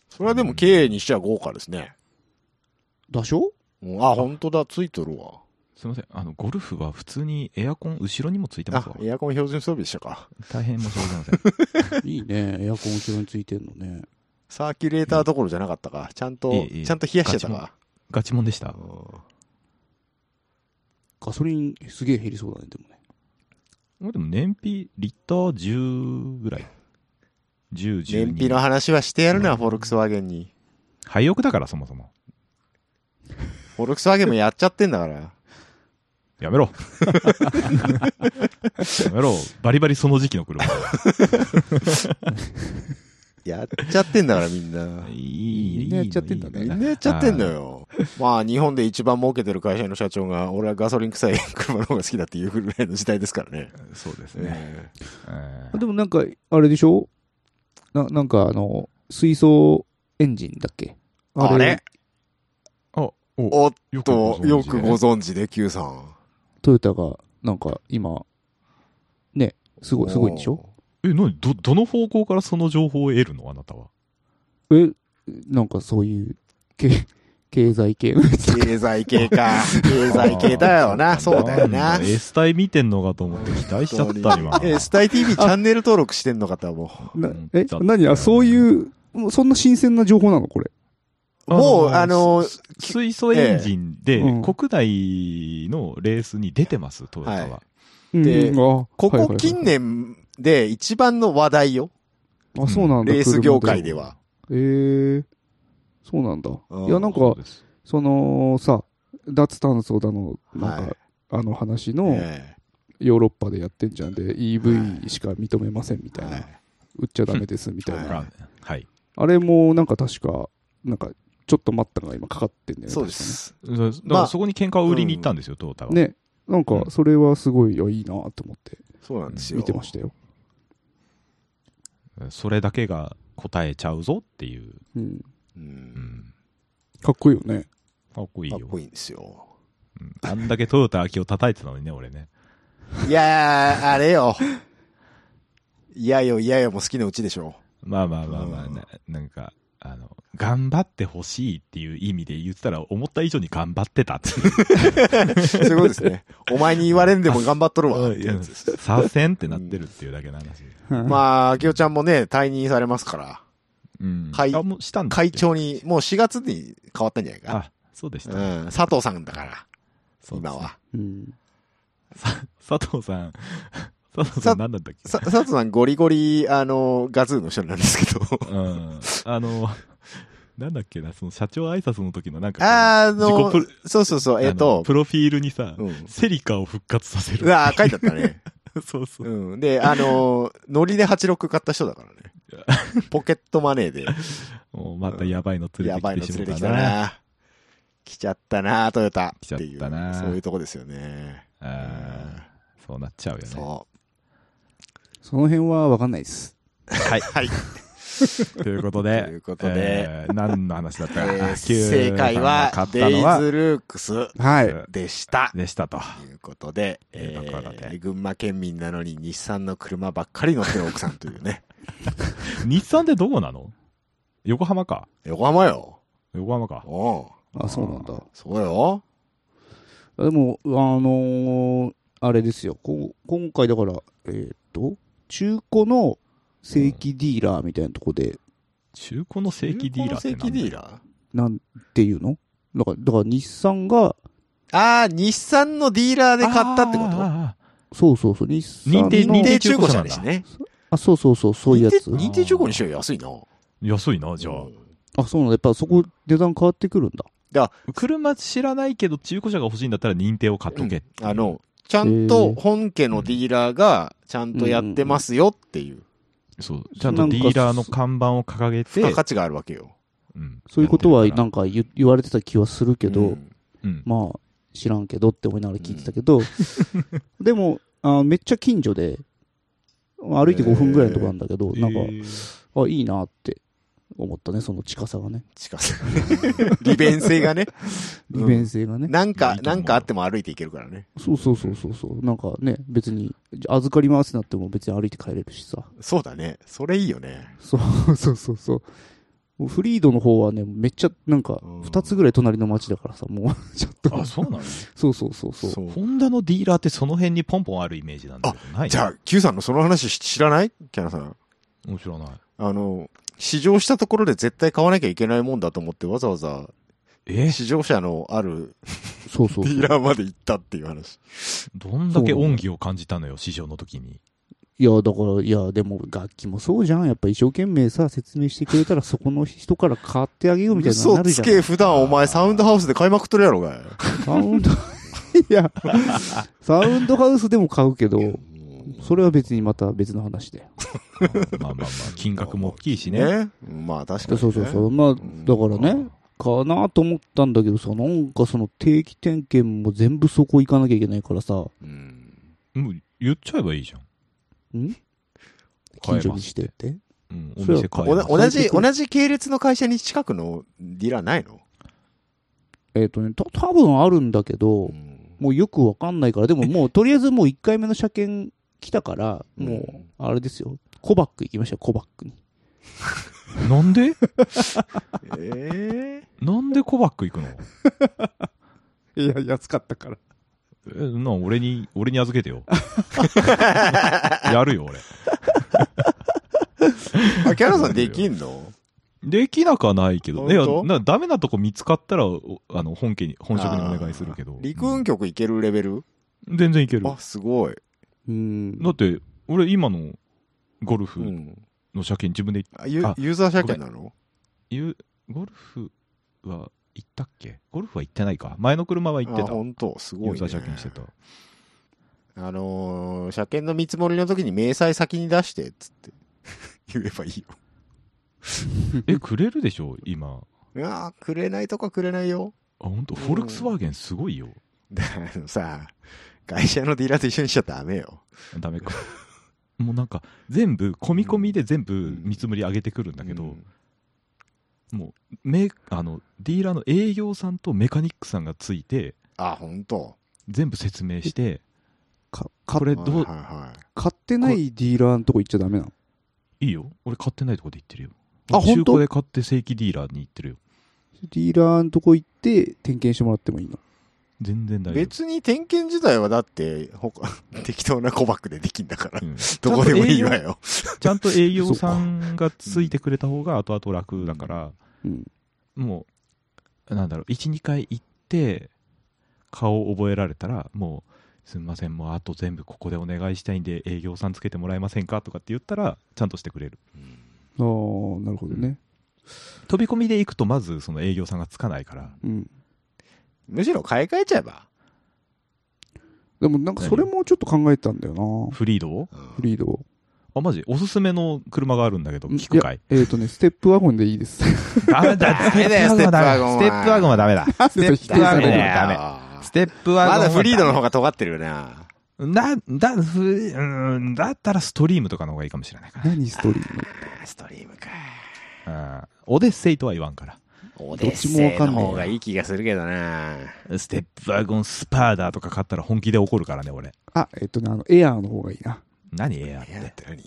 Speaker 1: それはでも経営にしちゃ豪華ですね。
Speaker 2: だしょ
Speaker 1: うんあ、本当だ、ついてるわ。
Speaker 3: すいませんあのゴルフは普通にエアコン後ろにもついてます
Speaker 1: あ
Speaker 3: わ、
Speaker 1: エアコン標準装備でしたか。
Speaker 3: 大変申し訳ございません
Speaker 2: いい ね。エアコン後ろについてんのね。
Speaker 1: サーキュレーターどころじゃなかったか。ちゃんと、
Speaker 3: いいいい
Speaker 1: ちゃんと冷やしてたか。
Speaker 3: ガチモンでした
Speaker 2: ガソリンすげえ減りそうだね、でもね。
Speaker 3: でも燃費リッター10ぐらい1012
Speaker 1: 燃費の話はしてやるな、
Speaker 3: うん
Speaker 1: フォルクスワーゲンに。
Speaker 3: 廃屋だからそもそも
Speaker 1: フフォルクスワーゲンもやっちゃってんだから。
Speaker 3: やめろ。やめろ。バリバリその時期 の車。
Speaker 1: やっちゃってんだ からみんな。
Speaker 3: い
Speaker 2: みんなやっちゃってんだね
Speaker 1: みんなやっちゃってんのよ。まあ日本で一番儲けてる会社の社長が、俺はガソリン臭い車の方が好きだっていうぐらいの時代ですから ね。
Speaker 3: そうですね。
Speaker 1: ええ
Speaker 3: えー
Speaker 2: でもなんか、あれでしょななんかあの、水素エンジンだっけ
Speaker 1: あれ
Speaker 3: あ、お、
Speaker 1: おっ
Speaker 3: よくご
Speaker 1: と
Speaker 3: 存、知
Speaker 1: よくご存知で、Q さん。
Speaker 2: トヨタが、なんか今、ね、すごい、すごいんでしょ
Speaker 3: え、なに、ど、どの方向からその情報を得るのあなたは。
Speaker 2: え、なんかそういう、け経済系のやつとか
Speaker 1: 経済系 か。経済系だよ
Speaker 3: あ
Speaker 1: な。
Speaker 3: ー
Speaker 1: そうだよ
Speaker 3: な。
Speaker 1: なん
Speaker 3: だ S 体見てんのかと思って期待しちゃった、今。
Speaker 1: えースタイ TV チャンネル登録してんのかと思う。
Speaker 2: な
Speaker 3: うん
Speaker 2: え
Speaker 3: だ、って
Speaker 2: 何あ、そういう、もうそんな新鮮な情報なのこれ。
Speaker 1: もう、あの、
Speaker 3: す水素エンジン
Speaker 2: え
Speaker 3: で、
Speaker 2: えうん
Speaker 3: 国内のレースに出てます、トヨタ
Speaker 1: は
Speaker 3: は。
Speaker 1: いで
Speaker 2: でうん、あ
Speaker 1: こ
Speaker 2: はいはいは
Speaker 1: こ
Speaker 2: い
Speaker 1: 近年で一番の話題よ。
Speaker 2: あ、そうなんだ。
Speaker 1: レース業界では。
Speaker 2: 車で。ええそうなんだ。
Speaker 1: うん
Speaker 2: いや、なん
Speaker 3: そ
Speaker 2: か
Speaker 3: う、です
Speaker 2: そのさ、脱炭素だの、なん
Speaker 1: はい
Speaker 2: か、あの話の、
Speaker 1: え
Speaker 2: ヨーロッパでやってんじゃんで、
Speaker 1: は
Speaker 2: EV しか認めませんみ
Speaker 1: え
Speaker 2: たい
Speaker 1: は
Speaker 2: な、
Speaker 1: い
Speaker 2: 売っちゃダメですみたい
Speaker 1: は
Speaker 2: な。
Speaker 1: い
Speaker 3: ラーメンはい。
Speaker 2: あれもなんか確か、なんか、ちょっと待ったが今かかってんだよね。
Speaker 1: そうです。
Speaker 3: だか
Speaker 1: まあ
Speaker 3: らそこに喧嘩を売りに行ったんですよ、トヨタ
Speaker 2: 確か
Speaker 3: は。
Speaker 2: ね。ね、なん
Speaker 3: う
Speaker 2: か、
Speaker 3: ん
Speaker 2: それはすごい、いやいいなと思って
Speaker 1: そうなんですよ。
Speaker 2: 見てましたよ。
Speaker 3: それだけが答えちゃうぞっていう。
Speaker 2: うん。
Speaker 1: うん
Speaker 3: うん。
Speaker 2: かっこいいよね。
Speaker 3: かっこいい
Speaker 1: か
Speaker 3: よ
Speaker 1: っ。こいいんですよ。
Speaker 3: うんあんだけトヨタ秋を叩いてたのにね、俺ね。
Speaker 1: いやー、あれよ。いやよ、いやよも好きなうちでしょ。
Speaker 3: まあまあまあまあ、ななんか、あの、頑張ってほしいっていう意味で言ってたら、思った以上に頑張ってたっていう。
Speaker 1: そういうことですね。お前に言われんでも頑張っとる わ。ってやつです
Speaker 3: させんってなってるっていうだけの話。
Speaker 2: あ、
Speaker 1: まあ、きよちゃんもね、退任されますから、
Speaker 3: うん。
Speaker 1: 会
Speaker 3: あ、もうしたんだっけ
Speaker 1: 会長に、もう4月に変わったんじゃないか。
Speaker 3: あ、そうでし
Speaker 1: う
Speaker 3: た。
Speaker 1: ん、佐藤さんだから、
Speaker 3: そうです
Speaker 1: 今は。
Speaker 2: うん。
Speaker 3: さ佐藤さん、 佐藤さん何だったっけ
Speaker 1: さ佐藤さんゴリゴリ、あの、ガズーの人なんです けど。
Speaker 3: うん。あの、なんだっけな、その社長挨拶の時のなんかこう、
Speaker 1: あ
Speaker 3: 自
Speaker 1: の
Speaker 3: 己プロ、
Speaker 1: そうそうそう、えっ、
Speaker 3: あの
Speaker 1: と、
Speaker 3: プロフィールにさ、
Speaker 1: うん。
Speaker 3: セリカを復活させ
Speaker 1: う
Speaker 3: る。
Speaker 1: わー、書いてあったね。
Speaker 3: そう そう。
Speaker 1: うん。で、あの、ノリで86買った人だから ね。ポケットマネーで。
Speaker 3: もうまたやばいの連れ
Speaker 1: や
Speaker 3: て
Speaker 1: ばいの
Speaker 3: きてし
Speaker 1: 連
Speaker 3: ま
Speaker 1: れ
Speaker 3: ってた
Speaker 1: き
Speaker 3: な
Speaker 1: た。な。来ちゃったな、トヨタ。
Speaker 3: 来ちゃったな
Speaker 1: ていうそういうとこですよね。
Speaker 3: あーそうなっちゃうよね。
Speaker 1: そ
Speaker 2: その辺はわかんないです。
Speaker 3: はい。
Speaker 1: う。はい。
Speaker 3: ということで、
Speaker 1: ということで
Speaker 3: えー何の話だった
Speaker 1: え
Speaker 3: か、
Speaker 1: ー
Speaker 3: あ
Speaker 1: 正解は、
Speaker 3: キューさんが
Speaker 1: デイ
Speaker 3: 買ったの
Speaker 1: ズルークス
Speaker 2: は。
Speaker 3: はい
Speaker 1: でした。
Speaker 3: でしたと。
Speaker 1: ということで、え
Speaker 3: えーバカだ
Speaker 1: ー、
Speaker 3: ね
Speaker 1: 群馬県民なのに日産の車ばっかり乗ってる奥さんという ね。
Speaker 3: 日産ってどこなの横浜か。
Speaker 1: 横浜よ。
Speaker 3: 横浜か。
Speaker 1: おう
Speaker 2: あ、そうなんだ。
Speaker 1: そうよ。
Speaker 2: でも、あのーあれですよ。こ今回だから、えっ、と、中古の正規ディーラーみたいなとこで、
Speaker 3: 中古の正規ディーラーって
Speaker 1: 中古の正規
Speaker 3: なんだ
Speaker 1: ディーラ
Speaker 2: なんていうのだから、だから日産が、
Speaker 1: ーあー、日産のディーラーで買ったってこ
Speaker 3: あー
Speaker 1: と
Speaker 3: あ
Speaker 2: そうそうそう、日産の。
Speaker 3: 認定
Speaker 1: 認定中
Speaker 3: 中
Speaker 1: 古車
Speaker 3: 古車なんだ
Speaker 1: ですね。
Speaker 2: あ、そうそうそう、そういうやつ
Speaker 1: 認。定認定中古にしようよ安いな。
Speaker 3: ー安いな、じゃあ。
Speaker 2: あ、そうなんだ。やっぱそこ、値段変わってくるんだ。
Speaker 3: 車知らないけど中古車が欲しいんだったら認定を買っとけ。
Speaker 1: あの、ちゃんと本家のディーラーがちゃんとやってますよっていう、
Speaker 3: そう。ちゃんとディーラーの看板を掲げ
Speaker 1: 付加
Speaker 3: て、
Speaker 1: 価値があるわけよ。
Speaker 3: うん
Speaker 2: そういうことは、
Speaker 3: やってるか
Speaker 2: なん
Speaker 3: ら
Speaker 2: か言言われてた気はするけど、
Speaker 1: うん
Speaker 3: うん
Speaker 2: まあ、知らんけどって思いながら聞いてたけ ど、でもあ、めっちゃ近所で、歩いて5分ぐらいのとこなんだけど、なんか、
Speaker 3: えー
Speaker 2: あ、いいなって思ったね、その近さがね。
Speaker 1: 近さ。 利便性がね。
Speaker 2: 利便性がね。
Speaker 1: なん
Speaker 3: い
Speaker 1: か、
Speaker 3: いと思う
Speaker 1: なんかあっても歩いていけるからね。
Speaker 2: そうそうそうそうそう。なんかね、別に、じゃあ預かりますってなっても別に歩いて帰れるしさ。
Speaker 1: そうだね。それいいよね。
Speaker 2: そうそうそうそう。もうフリードの方はね、めっちゃ、なんか
Speaker 1: うん、
Speaker 2: 二つぐらい隣の町だからさ、もう、ちょっと。
Speaker 3: あ、そうなの
Speaker 2: そうそうそうそう。
Speaker 1: う
Speaker 3: ホンダのディーラーってその辺にポンポンあるイメージなんだけど、ない
Speaker 1: じゃあ、Q さんのその話知らないキャナさん。
Speaker 3: 面白いない。
Speaker 1: あの、試乗したところで絶対買わなきゃいけないもんだと思ってわざわざ
Speaker 3: え
Speaker 1: 試乗車のある
Speaker 2: そうそう
Speaker 1: デ
Speaker 2: そう。
Speaker 1: ィーラーまで行ったっていう話。
Speaker 3: どんだけ恩義を感じたのよ、市場の時に。
Speaker 2: いいや、だから、いや、でも楽器もそうじゃん。やっぱ一生懸命さ、説明してくれたら、そこの人から買ってあげようみたいに
Speaker 1: 嘘
Speaker 2: なる
Speaker 1: つ
Speaker 2: じゃん。
Speaker 1: け、普段お前サウンドハウスで買いまくっとるやろがい。
Speaker 2: サウ ンド、いや、サウンドハウスでも買うけど、それは別にまた別の話で。
Speaker 3: まあまあまあ、金額も大きいしね。
Speaker 1: ね。まあ確か
Speaker 2: そう
Speaker 1: に。
Speaker 2: そうそう。。まあ、だからね、かなと思ったんだけどさ、なんかその定期点検も全部そこ行かなきゃいけないからさ、
Speaker 1: うん。
Speaker 3: もう言っちゃえばいいじゃん。
Speaker 2: ん
Speaker 3: 買え
Speaker 2: 近所
Speaker 3: ま
Speaker 2: に
Speaker 3: す
Speaker 2: し
Speaker 3: って
Speaker 2: って。
Speaker 3: うん、お
Speaker 2: そう
Speaker 3: 店買え
Speaker 1: おな
Speaker 3: ます。
Speaker 1: 同じ、同じ系列の会社に近くのディーラーないの
Speaker 2: えっ、とね、た多分あるんだけど、
Speaker 1: うん
Speaker 2: もうよくわかんないから、でももうとりあえずもう1回目の車検来たから、
Speaker 1: うん
Speaker 2: もう、あれですよ、コバック行きましょう、コバックに。
Speaker 3: なんで
Speaker 1: ええ。
Speaker 3: なんでコバック行くの
Speaker 2: いや、安かったから。
Speaker 3: えな俺に、俺に預け てよ。やるよ、俺。
Speaker 1: あ、キャラさんできん の
Speaker 3: できなくはないけど。いや
Speaker 1: 本当、
Speaker 3: なダメなとこ見つかったら、おあの、本家に、本職にお願いするけど。
Speaker 1: 陸運局行けるレベル
Speaker 3: うん全然いける。
Speaker 1: あ、すごい。
Speaker 2: うん。
Speaker 3: だって、俺今のゴル
Speaker 1: う
Speaker 3: フ
Speaker 1: ん。
Speaker 3: の車検自分で、
Speaker 1: あユ
Speaker 3: あ
Speaker 1: ユーザー車検なの
Speaker 3: 言うゴルフは行ったっけゴルフは行ってないか。前の車は行って
Speaker 1: あ
Speaker 3: た。
Speaker 1: 本当すごい、
Speaker 3: ユ
Speaker 1: ね。
Speaker 3: ーザー車検して た。
Speaker 1: あのー車検の見積もりの時に明細先に出して、っつって言えばいいよ。
Speaker 3: え、くれるでしょ今。
Speaker 1: い やーくれないとかくれないよ。
Speaker 3: あ、本当フォルクスワーゲンすごいよ。
Speaker 1: であのさ、会社のディーラーと一緒にしちゃダメよ。
Speaker 3: ダメか。もうなんか、全部、込み込みで全部見積もり上げてくるんだけど、
Speaker 1: うん
Speaker 3: もう、メーあの、ディーラーの営業さんとメカニックさんがついて、
Speaker 1: あ、ほんと。
Speaker 3: 全部説明して、
Speaker 2: かか
Speaker 3: これ
Speaker 1: はい
Speaker 3: ど
Speaker 1: は
Speaker 3: う
Speaker 1: い、はい
Speaker 2: 買ってないディーラーのとこ行っちゃダメなの
Speaker 3: いいよ。俺買ってないとこで言ってるよ。
Speaker 2: あ
Speaker 3: 俺
Speaker 2: 本当
Speaker 3: 中古で買って正規ディーラーに行ってるよ。
Speaker 2: ディーラーのとこ行って点検してもらってもいいの
Speaker 3: 全然大丈夫。
Speaker 1: 別に点検自体はだって、他、 適当な小バックでできんだから。
Speaker 3: うん
Speaker 1: どこでもいいわよ。
Speaker 3: ちゃんと営業さんがついてくれた方が後々楽だから、
Speaker 2: うん。
Speaker 3: もう、なんだろう、1、2回行って、顔を覚えられたら、もう、すみません、もうあと全部ここでお願いしたいんで、営業さんつけてもらえませんかとかって言ったら、ちゃんとしてくれる。
Speaker 2: ああ、なるほどね。
Speaker 3: 飛び込みで行くと、まずその営業さんがつかないから、
Speaker 2: うん。
Speaker 1: むしろ買い替えちゃえば。
Speaker 2: でもなんかそれもちょっと考えたんだよな。
Speaker 3: フリードを
Speaker 2: フリードを。
Speaker 3: あ、マジおすすめの車があるんだけど、
Speaker 2: うん
Speaker 3: 聞くかい
Speaker 2: えっ、とね、ステップワゴンでいい です。
Speaker 3: ダメだ、
Speaker 1: ダメだよ
Speaker 3: ステップワゴンは
Speaker 1: ス
Speaker 3: ス
Speaker 1: テッ
Speaker 3: テ
Speaker 1: プ
Speaker 3: ップ
Speaker 1: ワ
Speaker 3: ワ
Speaker 1: ゴン
Speaker 3: ゴンはダメだ。
Speaker 2: 否定
Speaker 3: プワ
Speaker 2: さ
Speaker 3: ゴン
Speaker 2: れ
Speaker 3: は
Speaker 2: ない
Speaker 3: ダメ
Speaker 1: メ
Speaker 3: ステップワゴン
Speaker 1: ま
Speaker 3: は
Speaker 1: だフリードの方が尖ってるよな。
Speaker 3: な、だ、ふ、うん、だったらストリームとかの方がいいかもしれないか
Speaker 2: 何ストーリーの
Speaker 1: ストリームか。
Speaker 3: な。うん。オデッセイとは言わんから。
Speaker 1: オ
Speaker 2: ど
Speaker 1: デ
Speaker 2: っ
Speaker 1: ッ
Speaker 2: ちも
Speaker 1: セ
Speaker 2: わ
Speaker 1: イ
Speaker 2: か
Speaker 1: の
Speaker 2: んねえな
Speaker 1: 方がいい気がするけどな。
Speaker 3: ステップワゴンスパーダーとか買ったら本気で怒るからね、俺。
Speaker 2: あ、えっ、とね、あの、エアーの方がいいな。
Speaker 3: 何エアーっ
Speaker 1: いや
Speaker 3: て。
Speaker 1: て何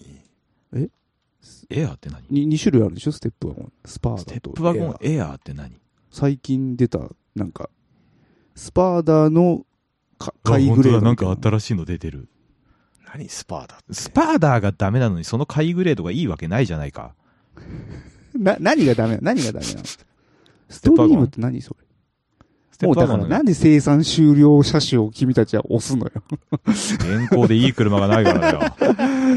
Speaker 3: エアーって何
Speaker 2: に2種類あるでしょステップワゴン。スパーダ
Speaker 3: ス
Speaker 2: と
Speaker 3: テップワ
Speaker 2: エ
Speaker 3: ゴ
Speaker 2: ア
Speaker 3: ンエアーって何
Speaker 2: 最近出た、なんか、スパーダのか
Speaker 3: あ
Speaker 2: 買いグレードみたい。
Speaker 3: 本当だなんか新しいの出てる。
Speaker 1: 何スパーだって。
Speaker 3: スパーダーがダメなのにその買いグレードがいいわけないじゃないか。
Speaker 2: な、何がダメなの何がダメ なのスト
Speaker 3: テップワゴ
Speaker 2: リ
Speaker 3: ン
Speaker 2: ームって何そ
Speaker 3: ステ
Speaker 2: れ
Speaker 3: ッ
Speaker 2: もう
Speaker 3: プ
Speaker 2: だか
Speaker 3: ワゴ
Speaker 2: ら
Speaker 3: ン
Speaker 2: な
Speaker 3: の
Speaker 2: んで生産終了車種を君たちは押すのよ。
Speaker 3: 現行でいい車が ないからだよ。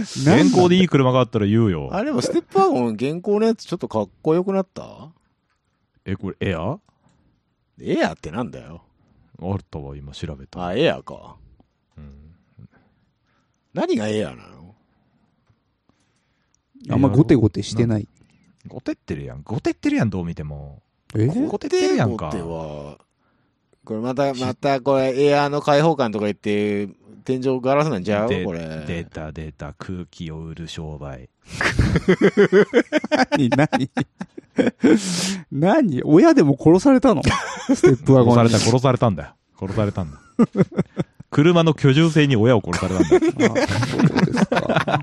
Speaker 3: 現行でいい車があったら言うよ。
Speaker 1: あ、でもステップワゴン現行のやつちょっとかっこよくなった
Speaker 3: え、これエアー
Speaker 1: エアーってなんだよ。
Speaker 3: あったわ、今調べた。
Speaker 1: あ、エアーか。
Speaker 3: うん
Speaker 1: 何がエアーなの
Speaker 2: あんまゴテゴテしてない。
Speaker 3: ゴテってるやん。ゴテってるやん、どう見ても。
Speaker 2: え
Speaker 3: ゴテってるやんか
Speaker 1: ゴテ。は、これまた、またこれエアーの開放感とか言って、天井ガラスなんちゃう
Speaker 3: で
Speaker 1: これ。
Speaker 3: 出た出た、空気を売る商売。
Speaker 2: 何何何親でも殺されたのステップワ
Speaker 3: 殺
Speaker 2: ゴ
Speaker 3: さ
Speaker 2: ン
Speaker 3: れ
Speaker 2: に。
Speaker 3: た、殺されたんだよ。殺された んだ。車の居住性に親を殺されたんだ よ。
Speaker 2: あ そうですか。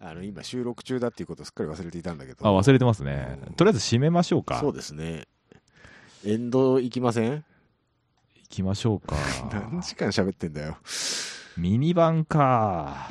Speaker 1: あの、今収録中だっていうことすっかり忘れていたんだけど。
Speaker 3: あ、忘れてますね。とりあえず締めましょうか。
Speaker 1: そう
Speaker 3: 行
Speaker 1: ですね。エンド行きません
Speaker 3: きましょ うか。
Speaker 1: 何時間喋ってん だよ。
Speaker 3: ミニバンか。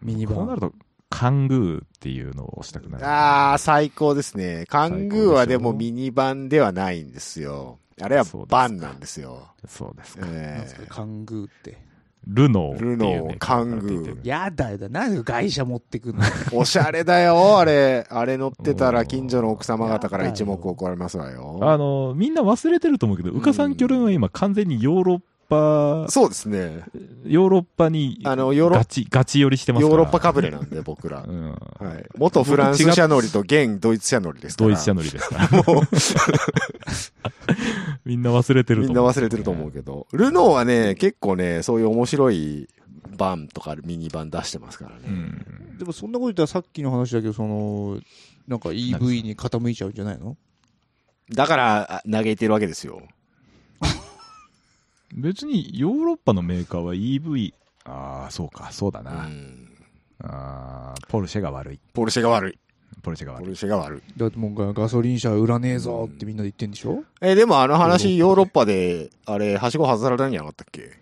Speaker 2: ミニバ
Speaker 3: こうな
Speaker 2: ン。
Speaker 3: ると、必カングーっていうのを押したくなる。
Speaker 1: ああ、最高ですね。カングーはでも
Speaker 3: 最高でしょ
Speaker 1: ミニ版ではないんですよ。あれは
Speaker 3: そうですか
Speaker 1: バンなんですよ。
Speaker 3: そうですか。
Speaker 2: なん
Speaker 1: え
Speaker 2: ですか、
Speaker 1: え
Speaker 2: カングーって。
Speaker 3: ルノーっていう
Speaker 1: ル
Speaker 3: メーカー
Speaker 1: ノーカングー
Speaker 3: から出てる
Speaker 2: やだよだ、なんで外車持ってくんの
Speaker 1: おしゃれだよ、あれ。あれ乗ってたら近所の奥様方から一目置かれますわよ。
Speaker 3: あの、みんな忘れてると思うけど、
Speaker 1: うん
Speaker 3: うかさんきょるんは今完全にヨーロッパ、
Speaker 1: そうですね。
Speaker 3: ヨーロッパに、
Speaker 1: あのヨーロ
Speaker 3: ガチ、ガチ寄りしてます
Speaker 1: ヨ
Speaker 3: から。
Speaker 1: ーロッパかぶれなんで、僕ら。
Speaker 3: うん。
Speaker 1: はい。元フランス車乗りと現ドイツ車乗りですから。
Speaker 3: ドイツ車乗りですから。 みんな忘れてる
Speaker 1: み
Speaker 3: と思う。
Speaker 1: んな忘れてると思うけど。ルノーはね、結構ね、そういう面白いバンとかミニバン出してますから
Speaker 3: う
Speaker 1: ね。
Speaker 3: ん。
Speaker 2: でもそんなこと言ったらさっきの話だけど、その、なんか EV に傾いちゃうんじゃないの
Speaker 1: だから、あ嘆いてるわけですよ。
Speaker 3: 別にヨーロッパのメーカーは EV、ああ、そうか、そうだな。
Speaker 1: うん
Speaker 3: あーポルシェが悪い。
Speaker 1: ポルシェが悪い。
Speaker 3: ポルシェが
Speaker 1: ポ
Speaker 3: 悪い。
Speaker 1: ルシェが悪い。
Speaker 2: だってもうガソリン車売らねえぞってみんなで言ってんでしょ、
Speaker 1: え、でもあの話、ヨーロッパで、あれ、はしご外されたんじゃなかったっけ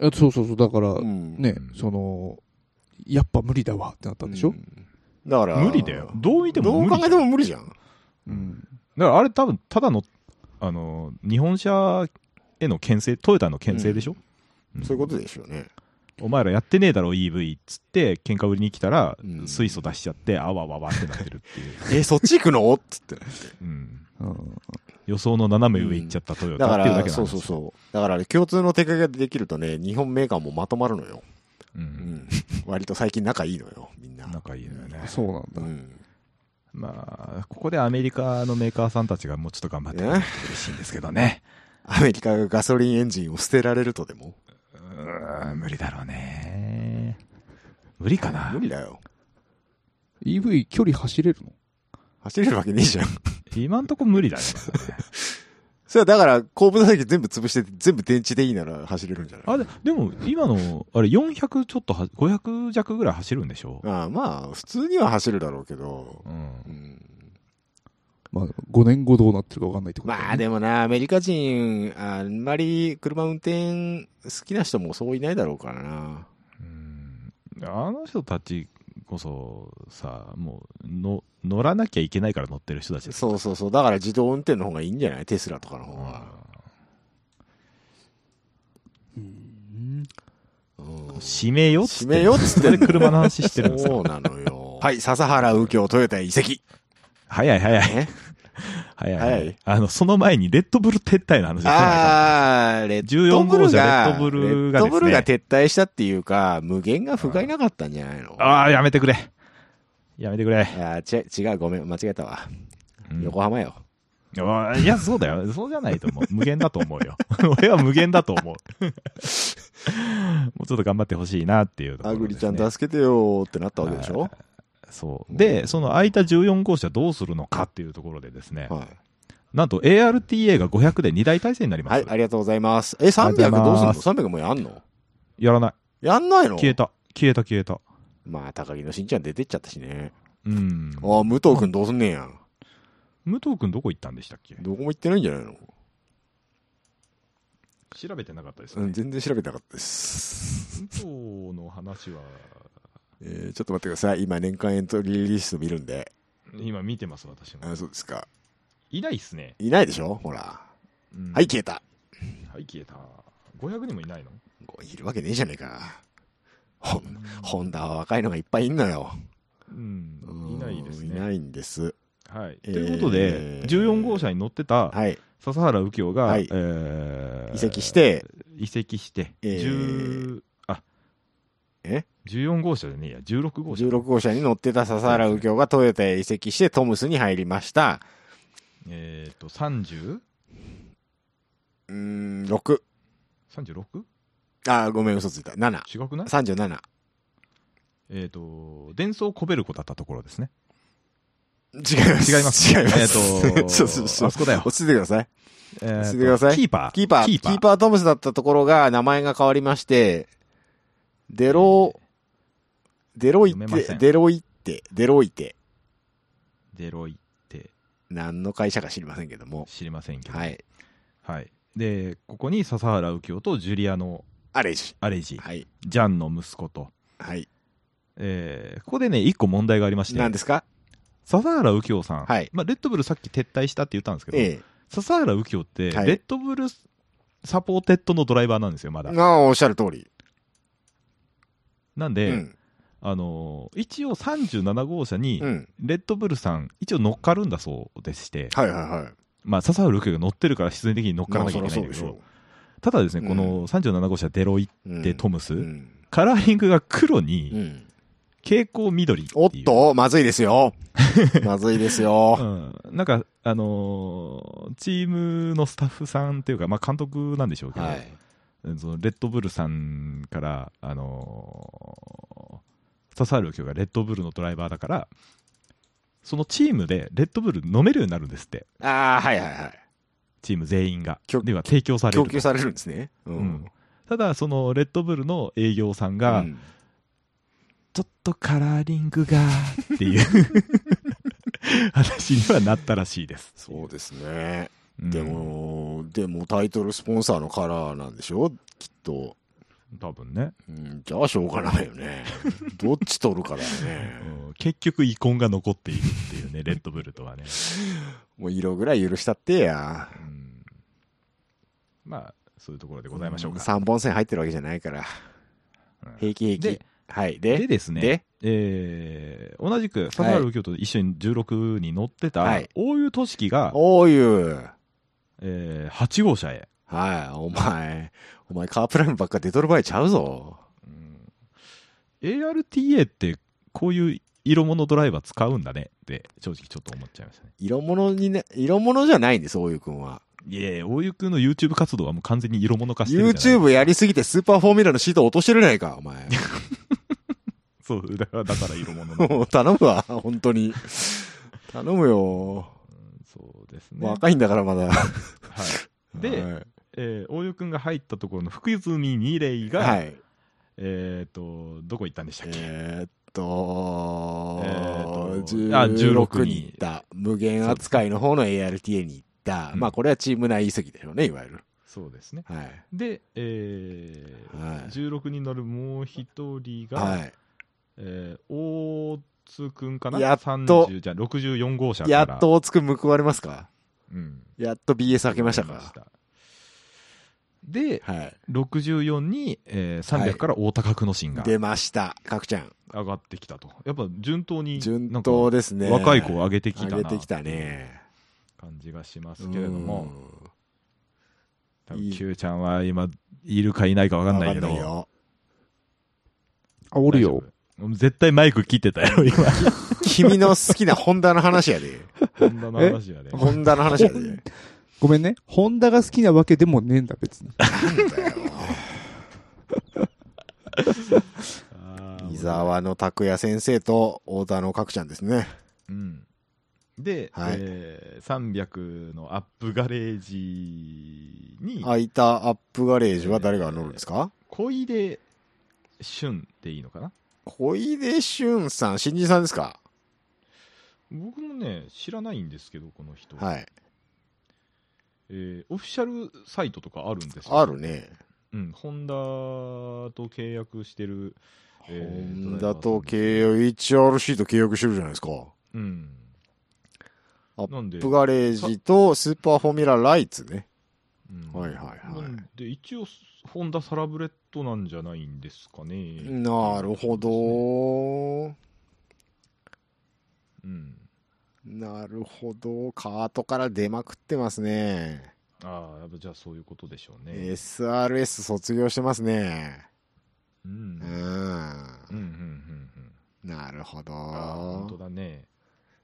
Speaker 2: あそうそうそう、だから、
Speaker 1: ん
Speaker 2: ね
Speaker 3: う、ん
Speaker 2: その、やっぱ無理だわってなったんでしょ、
Speaker 1: うんだから。
Speaker 3: 無理だよ。どう見て
Speaker 1: ど
Speaker 3: も無
Speaker 1: う考
Speaker 3: 理だよ
Speaker 1: えても無理じゃん。
Speaker 3: うんだからあれ多分ただのあの日本車への牽制トヨタの牽制でしょ、ん
Speaker 1: そういうことでしょうね。
Speaker 3: お前らやってねえだろ EV っつって喧嘩売りに来たら、
Speaker 1: うん
Speaker 3: 水素出しちゃってあわわわってなってるっていう、
Speaker 1: え、そっち行くのっつって。
Speaker 3: うん
Speaker 2: うん
Speaker 3: 予想の斜め上行っちゃったトヨ
Speaker 1: だ
Speaker 3: タ
Speaker 1: か
Speaker 3: っていうだ
Speaker 1: ら、
Speaker 3: けな
Speaker 1: そ
Speaker 3: ん
Speaker 1: うそうそう。だからね、共通の手掛けができるとね、日本メーカーもまとまるのよ。
Speaker 3: う、
Speaker 1: うんん。 割と最近仲いいのよ、みんな。
Speaker 3: 仲いいのよね、
Speaker 2: そうなん
Speaker 1: う
Speaker 2: だ。
Speaker 1: ん。
Speaker 3: まあここでアメリカのメーカーさんたちがもうちょっと頑張ってくれると嬉しいんですけどね
Speaker 1: アメリカがガソリンエンジンを捨てられるとでも。
Speaker 3: うーん無理だろうね無理かな
Speaker 1: 無理だよ。
Speaker 2: EV 距離走れるの
Speaker 1: 走れるわけねえじゃん。
Speaker 3: 今んとこ無理だね
Speaker 1: それはだから、後部座席全部潰して、全部電池でいいなら走れるんじゃない
Speaker 3: あででも、今の、あれ、400ちょっとは、500弱ぐらい走るんでしょ
Speaker 1: ああまあ、普通には走るだろうけど。
Speaker 3: うん。
Speaker 2: まあ、5年後どうなってるか分かんないってことだよね
Speaker 1: まあでもな、アメリカ人、あんまり車運転好きな人もそういないだろうからな。
Speaker 3: うんあの人たちこそ、さ、もうの、乗らなきゃいけないから乗ってる人たちです
Speaker 1: そうそうそう。だから自動運転の方がいいんじゃないテスラとかの方が。
Speaker 2: うん
Speaker 1: うん
Speaker 3: 締めよっつ
Speaker 1: 閉
Speaker 3: っ
Speaker 1: め
Speaker 3: て。
Speaker 1: よっつって
Speaker 3: そ
Speaker 1: ん
Speaker 3: れ
Speaker 1: の
Speaker 3: で車の話してるんです
Speaker 1: そ
Speaker 3: よ。
Speaker 1: うなのよ。はい、笹原右京トヨタ移籍。
Speaker 3: 早い早い。
Speaker 1: ね
Speaker 3: 早い
Speaker 1: 早い
Speaker 3: あの、その前に、レッドブル撤退の話をしてないか
Speaker 1: あー、レッドブルが、
Speaker 3: 14号車レッドブルがで
Speaker 1: レ
Speaker 3: すね
Speaker 1: ッドブルが撤退したっていうか、無限が不甲斐なかったんじゃないの
Speaker 3: らああ、やめてくれ。やめてくれ。
Speaker 1: あーち違う、ごめん、間違えたわ。
Speaker 3: うん
Speaker 1: 横浜よ。
Speaker 3: あーいや、そうだよ。そうじゃないと思う。無限だと思うよ。 俺は無限だと思う。もうちょっと頑張ってほしいなっていうとこ
Speaker 1: あ
Speaker 3: ろです、ね。
Speaker 1: ぐりちゃん助けてよーってなったわけでしょ
Speaker 3: そう。で、その空いた14号車どうするのかっていうところでですね、
Speaker 1: は
Speaker 3: なんと ARTA が500で2大体制になり
Speaker 1: い。
Speaker 3: ます。
Speaker 1: はい、ありがとうございます。え、300
Speaker 3: ありがとう
Speaker 1: ど
Speaker 3: ご
Speaker 1: う
Speaker 3: ざ
Speaker 1: す
Speaker 3: い
Speaker 1: んの ?300
Speaker 3: ます
Speaker 1: もうやんの
Speaker 3: やらない。
Speaker 1: やんないの
Speaker 3: 消えた。消えた消えた。
Speaker 1: まあ、高木のしんちゃん出てっちゃったしね。
Speaker 3: うん。
Speaker 1: ああ、武藤くんどうすんねんやん。
Speaker 3: 武藤君どこ行ったんでしたっけ
Speaker 1: どこも行ってないんじゃないの
Speaker 3: 調べてなかったです
Speaker 1: う
Speaker 3: ね。
Speaker 1: ん、全然調べてなかったです。
Speaker 3: 武藤の話は、
Speaker 1: えーちょっと待ってください。今、年間エントリーリスト見るんで。
Speaker 3: 今見てます、私も。
Speaker 1: あそうですか。
Speaker 3: いないっすね。
Speaker 1: いないでしょほら。
Speaker 3: うん
Speaker 1: はい、。消えた。
Speaker 3: はい、消えた。500にもいないの
Speaker 1: いるわけねえじゃねえか。ほん、ホンダは若いのがいっぱいいんのよ。
Speaker 3: うん
Speaker 1: う、ん
Speaker 3: いないです
Speaker 1: いな
Speaker 3: ね。
Speaker 1: いんです。
Speaker 3: はい、
Speaker 1: えー
Speaker 3: ということで、14号車に乗ってた
Speaker 1: はい。
Speaker 3: 笹原右京が、
Speaker 1: はい
Speaker 3: えー
Speaker 1: 移籍し、て、
Speaker 3: 移籍して、
Speaker 1: えー
Speaker 3: 10あ
Speaker 1: え
Speaker 3: 14号車じゃねえや、16号車。
Speaker 1: 16号車に乗ってた笹原右京がトヨタへ移籍してトムスに入りました。
Speaker 3: えっ、ー、と、30?
Speaker 1: うーん、6。
Speaker 3: 36?
Speaker 1: あー、ごめん、嘘ついた。7。
Speaker 3: 違くない
Speaker 1: 37。
Speaker 3: えっ、と、伝送コベルコだったところですね。
Speaker 1: 違います。
Speaker 3: 違います。
Speaker 1: 違います。、
Speaker 3: えっ、と
Speaker 1: そうそうそう
Speaker 3: あ。そこだよ。
Speaker 1: 落ち着いてください。
Speaker 3: えーと
Speaker 1: 落ち着いてください
Speaker 3: キーパー。
Speaker 1: キーパー、キ
Speaker 3: キ
Speaker 1: ー
Speaker 3: ー
Speaker 1: パ
Speaker 3: パ
Speaker 1: ー
Speaker 3: ー
Speaker 1: トムスだったところが名前が変わりまして、デロ、デロイ
Speaker 3: 読めま
Speaker 1: テ、
Speaker 3: せん
Speaker 1: デロイテ、デロイテ、
Speaker 3: デロイって
Speaker 1: 何の会社か知りませんけども、
Speaker 3: 知りませんけど。は。
Speaker 1: はいい。
Speaker 3: で、ここに笹原右京とジュリアの
Speaker 1: アレジ。
Speaker 3: アレジ、
Speaker 1: はい。
Speaker 3: ジャンの息子と、
Speaker 1: はい。
Speaker 3: ええーここでね、一個問題がありまして、
Speaker 1: 何ですか
Speaker 3: 笹原右京さん、
Speaker 1: はい
Speaker 3: まあ、レッドブルさっき撤退したって言ったんですけど、
Speaker 1: ええ。
Speaker 3: 笹原右京って、
Speaker 1: はい
Speaker 3: レッドブルサポーテッドのドライバーなんですよ、まだ。
Speaker 1: ああ、おっしゃる通り。
Speaker 3: なん
Speaker 1: う
Speaker 3: で、
Speaker 1: ん。
Speaker 3: あのー一応37号車に
Speaker 1: う、ん。
Speaker 3: レッドブルさん、一応乗っかるんだそうでして、
Speaker 1: はいはいはい。
Speaker 3: まあ、笹原右京が乗ってるから必然的に乗っからなきゃいけないんだけど、ただですね、こ
Speaker 1: う
Speaker 3: の37号車、デロイ
Speaker 1: うん
Speaker 3: ってトムス、
Speaker 1: うん。
Speaker 3: カラーリングが黒に、
Speaker 1: うん。
Speaker 3: 蛍光緑っていう
Speaker 1: おっと、まずいです よ。まずいです
Speaker 3: う
Speaker 1: よ。
Speaker 3: ん、なんか、あのーチームのスタッフさんっていうか、まあ、監督なんでしょうけど、
Speaker 1: はい。
Speaker 3: そのレッドブルさんから、あのー、刺さる教がレッドブルのドライバーだから、そのチームでレッドブル飲めるようになるんですって、
Speaker 1: ああ、はいはいはい。
Speaker 3: チーム全員が。
Speaker 1: 供
Speaker 3: では提供される
Speaker 1: 供
Speaker 3: と
Speaker 1: 給されるんですね。う
Speaker 3: うんん。ただ、そのレッドブルの営業さんが、
Speaker 1: うん
Speaker 3: ちょっとカラーリングがっていう 話にはなったらしいです。
Speaker 1: そうですね。
Speaker 3: うん
Speaker 1: でも、でもタイトルスポンサーのカラーなんでしょきっと。
Speaker 3: 多分ね、
Speaker 1: うん、じゃあしょうがないよ ね。どっち取るかだよね。
Speaker 3: うん結局遺恨が残っているっていう ね、レッドブルとはね。
Speaker 1: もう色ぐらい許したってや。
Speaker 3: うんまあ、そういうところでございましょうか。
Speaker 1: 3本線入ってるわけじゃないから。
Speaker 3: うん
Speaker 1: 平気平気
Speaker 3: で。
Speaker 1: はい。
Speaker 3: で
Speaker 1: で、
Speaker 3: ですね、
Speaker 1: で、
Speaker 3: えー同じく、笹原右京と一緒に16に乗ってた、
Speaker 1: はい
Speaker 3: 大湯俊樹が、
Speaker 1: おういう。
Speaker 3: えー8号車へ、
Speaker 1: はい、お前、お前カープライムばっか出とる場合ちゃうぞ。
Speaker 3: うん、ARTA ってこういう色物ドライバー使うんだねって、正直ちょっと思っちゃいましたね。
Speaker 1: 色物にね、色物じゃないんです、大湯くんは。
Speaker 3: いやいや、大湯君の YouTube 活動はもう完全に色物化してるじゃない
Speaker 1: YouTube やりすぎてスーパーフォーミュラのシート落としてるじゃないか、お前。
Speaker 3: そう、だからだから色物 の。
Speaker 1: もう 頼むわ、本当に。頼むよ。
Speaker 3: うんそうですね。
Speaker 1: 若いんだからまだ。
Speaker 3: はい、で、
Speaker 1: はい
Speaker 3: えー大湯君が入ったところの福泉二霊が、
Speaker 1: はい。
Speaker 3: えっ、と、どこ行ったんでしたっけ、
Speaker 1: えーっと、
Speaker 3: えーっと
Speaker 1: 16
Speaker 3: あ16
Speaker 1: に行った。無限扱いの方の ARTA に行った。
Speaker 3: うん
Speaker 1: まあ、これはチーム内言い過ぎでしょうね、いわゆる。
Speaker 3: そうですね。
Speaker 1: はい。
Speaker 3: で、えー
Speaker 1: はい
Speaker 3: 16に乗るもう一人が、
Speaker 1: はい。
Speaker 3: えー大津君かな
Speaker 1: やっと
Speaker 3: 30じゃあ64号車から
Speaker 1: やっ、とおつく報われますか
Speaker 3: うん、
Speaker 1: やっと BS 開けましたか
Speaker 3: で、
Speaker 1: はい。
Speaker 3: 64に、えー
Speaker 1: はい
Speaker 3: 300から大高久野進が
Speaker 1: 出ました。かくちゃん。
Speaker 3: 上がってきたと。やっぱ順当に、
Speaker 1: 順
Speaker 3: なんか
Speaker 1: 当ですね。
Speaker 3: 若い子を上げてきた
Speaker 1: 上
Speaker 3: な
Speaker 1: げてきたね。
Speaker 3: 感じがしますけれども、
Speaker 1: い
Speaker 3: 多分
Speaker 1: い
Speaker 3: Q ちゃんは今、いるかいないか分
Speaker 1: うん、
Speaker 3: かんないけど
Speaker 1: わかん、よ。
Speaker 2: あ、おるよ。
Speaker 3: 大丈夫。絶対マイク切ってた よ、今。
Speaker 1: 君の好きなホンダの話やで。
Speaker 3: ホンダの 話やで。
Speaker 1: ホンダの話やで。なん
Speaker 2: ごめんね。ホンダが好きなわけでもねえんだ、別に。
Speaker 1: だよ。
Speaker 3: あー
Speaker 1: 伊沢の拓也先生と太田の角ちゃんですね。
Speaker 3: うん。で、
Speaker 1: はい
Speaker 3: えー300のアップガレージに、
Speaker 1: 空いたアップガレージは誰が乗るんですか
Speaker 3: 小出俊でいいのかな
Speaker 1: 小出俊さん、新人さんですか
Speaker 3: 僕もね、知らないんですけど、この人。
Speaker 1: はい。
Speaker 3: えーオフィシャルサイトとかあるんですよ。
Speaker 1: ある。ね。
Speaker 3: うん、ホンダと契約してる。
Speaker 1: ホ
Speaker 3: えー
Speaker 1: ンダと
Speaker 3: 約。
Speaker 1: 契約、HRC と契約してるじゃないですか。
Speaker 3: うん。
Speaker 1: ア
Speaker 3: なんで
Speaker 1: アップガレージとスーパーフォーミュラライツね。
Speaker 3: うん
Speaker 1: はいはいはい
Speaker 3: なんで一応ホンダサラブレッドなんじゃないんですかね
Speaker 1: なるほど。
Speaker 3: うん
Speaker 1: なるほど。カートから出まくってますね。
Speaker 3: ああやっぱじゃあそういうことでしょうね、
Speaker 1: SRS 卒業してますね。
Speaker 3: うん
Speaker 1: う
Speaker 3: う
Speaker 1: ん。
Speaker 3: んうんうんうん
Speaker 1: なるほど。
Speaker 3: ああ本当だね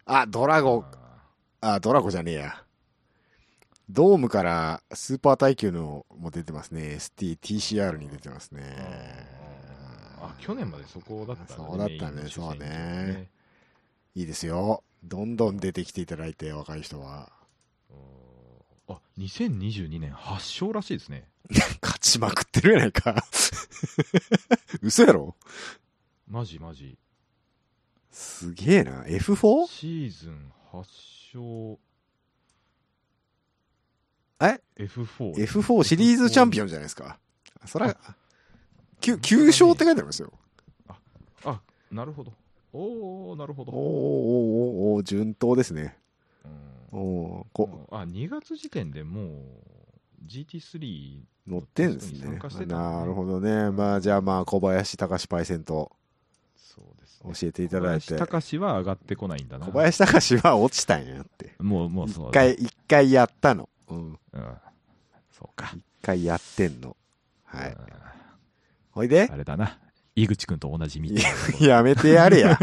Speaker 1: あ、ドラゴ、
Speaker 3: あ
Speaker 1: あ、ドラゴじゃねえや。ドームからスーパー耐久のも出てますね。STTCR に出てます
Speaker 3: ー
Speaker 1: ね。
Speaker 3: あ去年までそこだった
Speaker 1: そうだったね
Speaker 3: メインの主戦
Speaker 1: そうね
Speaker 3: 場
Speaker 1: いいですよ。どんどん出てきていただいて、若い人は。
Speaker 3: おーあ2022年発勝らしいですね
Speaker 1: 勝ちまくってるやないか。 嘘やろ
Speaker 3: マジマジ
Speaker 1: すげえな。F4?
Speaker 3: シーズン発勝
Speaker 1: え
Speaker 3: F4
Speaker 1: F4 シリーズチャンピオンじゃないですか。そら、9勝って書いてありますよ。
Speaker 3: あなるほど。おおなるほ
Speaker 1: お
Speaker 3: ど。
Speaker 1: ーおーおーおー順当ですね。
Speaker 3: うん
Speaker 1: おーこ
Speaker 3: もうあ、2月時点でもう GT3
Speaker 1: 乗ってんです
Speaker 3: テストに
Speaker 1: ね
Speaker 3: 参加して。たんだね
Speaker 1: なるほどね。まあじゃあまあ小林隆パイセンと
Speaker 3: そうです、
Speaker 1: 教
Speaker 3: ね。
Speaker 1: えていただいて
Speaker 3: 小林。隆史は上がってこないんだな。
Speaker 1: 小林隆は落ちたんやって。
Speaker 3: もう、もうそ
Speaker 1: 一
Speaker 3: うだ
Speaker 1: 回、一回やったの。うん。
Speaker 3: うん。そうか。
Speaker 1: 一回やってんの。はい
Speaker 3: うん。
Speaker 1: ほいで
Speaker 3: あれだな。井口くんと同じみたい
Speaker 1: いややめてやれ や。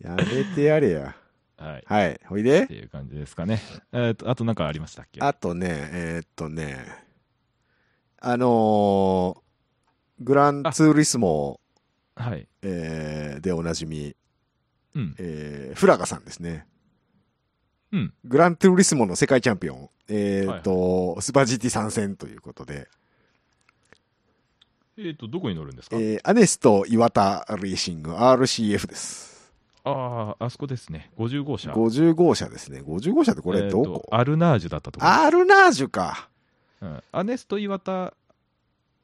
Speaker 1: やめてやれや。
Speaker 3: な。はい。
Speaker 1: はい。ほい
Speaker 3: っ
Speaker 1: で
Speaker 3: ていう感じですかね。えっと、あとなんかありましたっけ
Speaker 1: あとね、えーっとね、あのーグランツーリスモ、
Speaker 3: はい。
Speaker 1: えーでおなじみ、
Speaker 3: うん。
Speaker 1: えーフラガさんですね。
Speaker 3: うん。
Speaker 1: グランツーリスモの世界チャンピオン、えーっと、スーパー GT 参戦ということで、
Speaker 3: えっ、と、どこに乗るんですか、
Speaker 1: えーアネスト岩田レーシング RCF です。
Speaker 3: ああ、あそこですね。50号車。
Speaker 1: 50号車ですね。50号車ってこ
Speaker 3: え
Speaker 1: れ
Speaker 3: ー
Speaker 1: ど
Speaker 3: と
Speaker 1: こ、
Speaker 3: アルナージュだったとこ
Speaker 1: アルナージュか。
Speaker 3: うん、アネスト岩田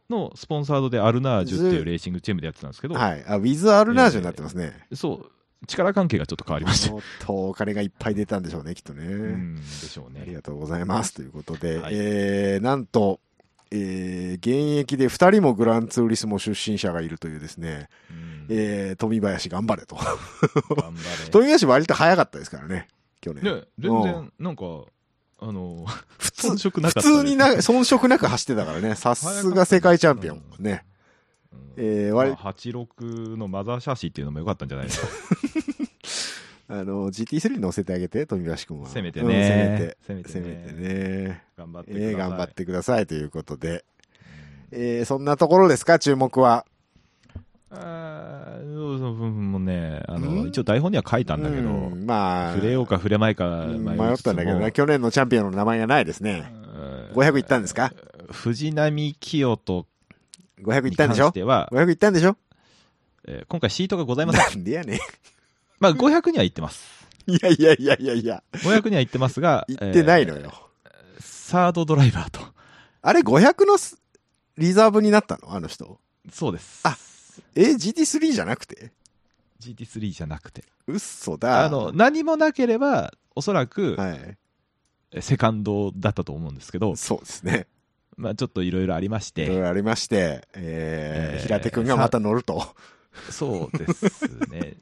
Speaker 3: のスポンサードでアルナージュっていうレーシングチームでやってたんですけど、
Speaker 1: はい。あ、ウィズアルナージュになってますね。
Speaker 3: そう、力関係がちょっと変わり ました。
Speaker 1: もっとお金がいっぱい出たんでしょうね、きっとね。
Speaker 3: うんでしょう
Speaker 1: あり
Speaker 3: ね。
Speaker 1: がとうございます。ということで、
Speaker 3: はい
Speaker 1: えー、なんと、えー、現役で2人もグランツーリスモ出身者がいるというですね、
Speaker 3: うん
Speaker 1: えー、富林頑張れと。
Speaker 3: 頑張
Speaker 1: 富林割と早かったですからね、去年。
Speaker 3: れ。ね、全然、なんか、あの、
Speaker 1: 普
Speaker 3: 遜
Speaker 1: 通、
Speaker 3: 色な
Speaker 1: 普
Speaker 3: かったです
Speaker 1: 通にな、遜色なく走ってたから ね、さすが世界チャンピオン。ね。
Speaker 3: うん
Speaker 1: えー、
Speaker 3: まあ
Speaker 1: 割、
Speaker 3: 86のマザーシャシーっていうのも良かったんじゃないですか。
Speaker 1: あの、GT3 に乗せてあげて、富林くんは。
Speaker 3: せめて
Speaker 1: うん
Speaker 3: ね。せ
Speaker 1: せめ
Speaker 3: め
Speaker 1: て。せめて
Speaker 3: ね。
Speaker 1: ね。
Speaker 3: 頑張ってください。
Speaker 1: えー、頑張ってくださいということで。えー、そんなところですか、注目は。
Speaker 3: あーそうそううんうんもうね、あ
Speaker 1: う
Speaker 3: の、
Speaker 1: ん
Speaker 3: 一応台本には書いたんだけ
Speaker 1: う
Speaker 3: ど、
Speaker 1: んまあ、
Speaker 3: 触れようか触れまいか
Speaker 1: うん
Speaker 3: 迷いつつも
Speaker 1: 迷ったんだけどな、去年のチャンピオンの名前がないですね。500いったんですか
Speaker 3: 藤波清人
Speaker 1: ?500 い
Speaker 3: に
Speaker 1: ったん
Speaker 3: 関
Speaker 1: でしょ
Speaker 3: しては、
Speaker 1: ?500 いったんでしょ
Speaker 3: えー今回シートがございません。
Speaker 1: なんでやね
Speaker 3: まあ500には行ってます。
Speaker 1: ん。いやいやいやいやいや、、
Speaker 3: 500には行ってますが
Speaker 1: いってないの
Speaker 3: えー
Speaker 1: よ。
Speaker 3: サードドライバーと。
Speaker 1: あれ、500のスリザーブになったのあの人。
Speaker 3: そうです。
Speaker 1: あえ、GT3 じゃなくて
Speaker 3: GT3 じゃなくて。
Speaker 1: 嘘だ。
Speaker 3: あの、、何もなければ、おそらく、
Speaker 1: はい。
Speaker 3: えーセカンドだったと思うんですけど、
Speaker 1: そうですね。
Speaker 3: まあちょっといろいろありまし
Speaker 1: いろい
Speaker 3: て、
Speaker 1: ろありまして、えー
Speaker 3: えー
Speaker 1: 平手くんがまた乗ると。
Speaker 3: そうです ね。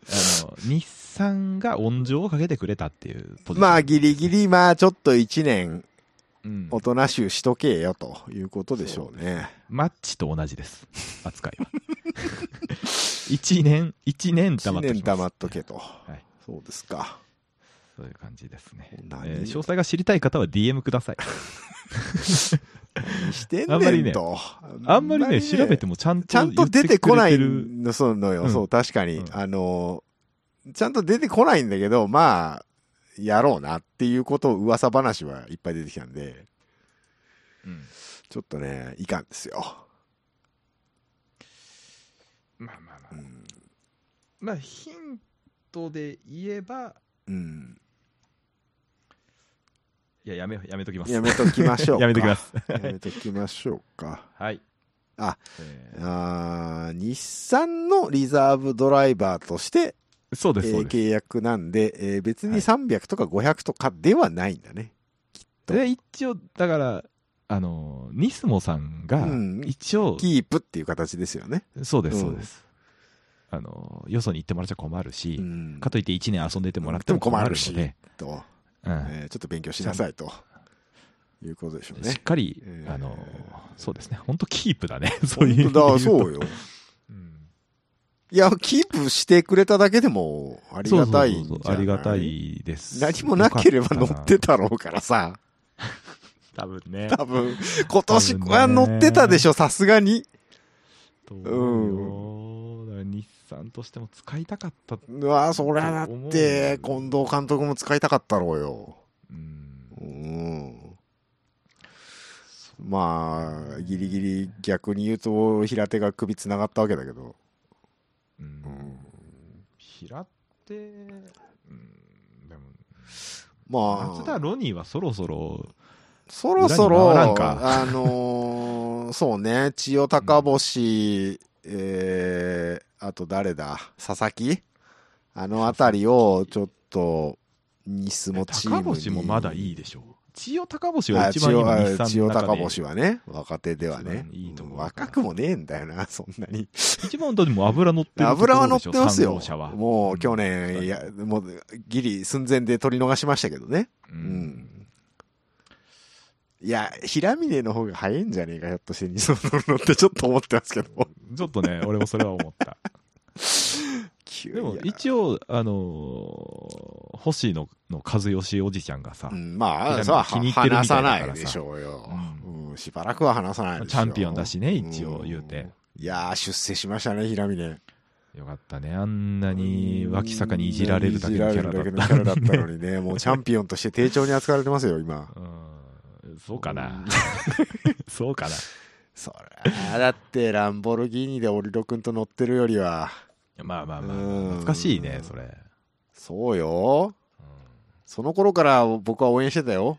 Speaker 3: あの、日産が温情をかけてくれたっていうポジション、
Speaker 1: まあ、ギリギ、リ、まあ、ちょっと1年、
Speaker 3: うん、
Speaker 1: 大人衆しとけよということでしょうね。
Speaker 3: マッチと同じです。扱いは。 一年、一年溜ま
Speaker 1: 1
Speaker 3: って
Speaker 1: 年
Speaker 3: きま
Speaker 1: 溜
Speaker 3: す
Speaker 1: まっとけと。
Speaker 3: い
Speaker 1: そうですか。
Speaker 3: そういう感じですね。え
Speaker 1: 何
Speaker 3: ー詳細が知りたい方は DM ください。
Speaker 1: してん
Speaker 3: あんまり
Speaker 1: ねん
Speaker 3: ね
Speaker 1: と。
Speaker 3: あんまりね、調べてもちゃんと
Speaker 1: ちゃんと出てこないの、そうの
Speaker 3: う
Speaker 1: よ。
Speaker 3: ん
Speaker 1: そう、確かに
Speaker 3: う。ん
Speaker 1: あの、ちゃんと出てこないんだけど、まあ、やろうなっていうことを噂話はいっぱい出てきたんで、
Speaker 3: うん
Speaker 1: ちょっとね、いかんですよ。
Speaker 3: まあまあま
Speaker 1: う
Speaker 3: あ。
Speaker 1: ん。
Speaker 3: まあ、ヒントで言えば、
Speaker 1: うん、
Speaker 3: いや、やめ、やめときます。
Speaker 1: やめときましょうか。
Speaker 3: やめときます。
Speaker 1: やめときましょうか。
Speaker 3: はい。
Speaker 1: あ
Speaker 3: えー、
Speaker 1: あー日産のリザーブドライバーとして、
Speaker 3: そう
Speaker 1: え
Speaker 3: です、
Speaker 1: ー
Speaker 3: そうです。
Speaker 1: 契約なんで、えー別に
Speaker 3: はい
Speaker 1: 300とか500とかではないんだね。と
Speaker 3: で、一応、だから、あの、ニスモさんが
Speaker 1: うん、
Speaker 3: 一応、
Speaker 1: キープっていう形ですよね。
Speaker 3: そうです、
Speaker 1: うん
Speaker 3: そうです。あの、よそに行ってもらっちゃ困るし、
Speaker 1: うん
Speaker 3: かといって1年遊んでてもらっても困るので、
Speaker 1: と、
Speaker 3: うん
Speaker 1: えーちょっと勉強しなさいということでしょう
Speaker 3: しっ
Speaker 1: ね。
Speaker 3: かり、
Speaker 1: えー
Speaker 3: あの、そうですね、本当キープだね、そういう意味
Speaker 1: 本当だ、
Speaker 3: で言と
Speaker 1: そうよ。
Speaker 3: うん
Speaker 1: いや、キープしてくれただけでもありがたいんじゃない
Speaker 3: そうそうそうありがたいです。
Speaker 1: 何もなければ乗
Speaker 3: よか
Speaker 1: ったて
Speaker 3: な
Speaker 1: たろうからさ。
Speaker 3: 多分ね。
Speaker 1: 多分、今年は乗ってたでしょ、さすがに。
Speaker 3: と思うよだから日産としても使いたかった。
Speaker 1: うわ、そりゃだって、近藤監督も使いたかったろうよ。
Speaker 3: うん
Speaker 1: うん。まあ、ギリギリ逆に言うと、平手が首つながったわけだけど。
Speaker 3: う
Speaker 1: うんん。
Speaker 3: 平手、うん、でも、
Speaker 1: ま
Speaker 3: 松田
Speaker 1: あ、
Speaker 3: ロニーはそろそろ、
Speaker 1: そろそろ
Speaker 3: 裏に回ら、んか
Speaker 1: あ のーそうね、千代高星、えーあと誰だ佐々木あの辺りをちょっと、ニスもチーム
Speaker 3: 高
Speaker 1: に。
Speaker 3: 星もまだいいでしょう。千代高星は
Speaker 1: あ
Speaker 3: 一
Speaker 1: 千
Speaker 3: 番今日
Speaker 1: 代
Speaker 3: 産
Speaker 1: 千
Speaker 3: の
Speaker 1: 代
Speaker 3: 中
Speaker 1: 高
Speaker 3: で
Speaker 1: 星はね、若手ではね
Speaker 3: 一。番いいと思う
Speaker 1: うん若くもねえんだよな、そんなに。
Speaker 3: 一番だってもう油乗ってるところでしょ
Speaker 1: 油は乗ってます
Speaker 3: 3
Speaker 1: よ
Speaker 3: 号車は。
Speaker 1: もう去
Speaker 3: う
Speaker 1: 年、
Speaker 3: ん
Speaker 1: いや、もう、ギリ寸前で取り逃しましたけどね。
Speaker 3: う
Speaker 1: うんん。いや、平峰の方が早いんじゃねえか、ひょっとして、ニス乗るのってちょっと思ってますけど。
Speaker 3: ちょっ とね、俺もそれは思った。
Speaker 1: 急
Speaker 3: でも
Speaker 1: や
Speaker 3: 一応、あのー星野の和義おじちゃんがさ
Speaker 1: う、ん、まあ、
Speaker 3: 平
Speaker 1: そ
Speaker 3: 野
Speaker 1: う
Speaker 3: が
Speaker 1: は
Speaker 3: 気に入ってるみ
Speaker 1: 話
Speaker 3: た
Speaker 1: さ
Speaker 3: いだからさ
Speaker 1: ないでしょうよ、
Speaker 3: う
Speaker 1: うんしばらくは話さないでしょう
Speaker 3: チャンピオンだしね一応言うて
Speaker 1: んいやー、出世しましたね、平峰。
Speaker 3: よかったね。あんなに脇坂にいじられるだけのキャラだ
Speaker 1: いじられる
Speaker 3: っ
Speaker 1: だ
Speaker 3: た
Speaker 1: けのキャラ
Speaker 3: の
Speaker 1: だっ
Speaker 3: に
Speaker 1: た
Speaker 3: ね
Speaker 1: の。にね、もう チャンピオンとして丁重に扱われてますよ、今。
Speaker 3: うんそうかな。 そうかな。
Speaker 1: そりゃ、だって、ランボルギーニでオリロ君と乗ってるよりは、
Speaker 3: まあまあまあ、
Speaker 1: うん
Speaker 3: 懐かしいね、それ。
Speaker 1: そうよ。その頃から僕は応援してたよ。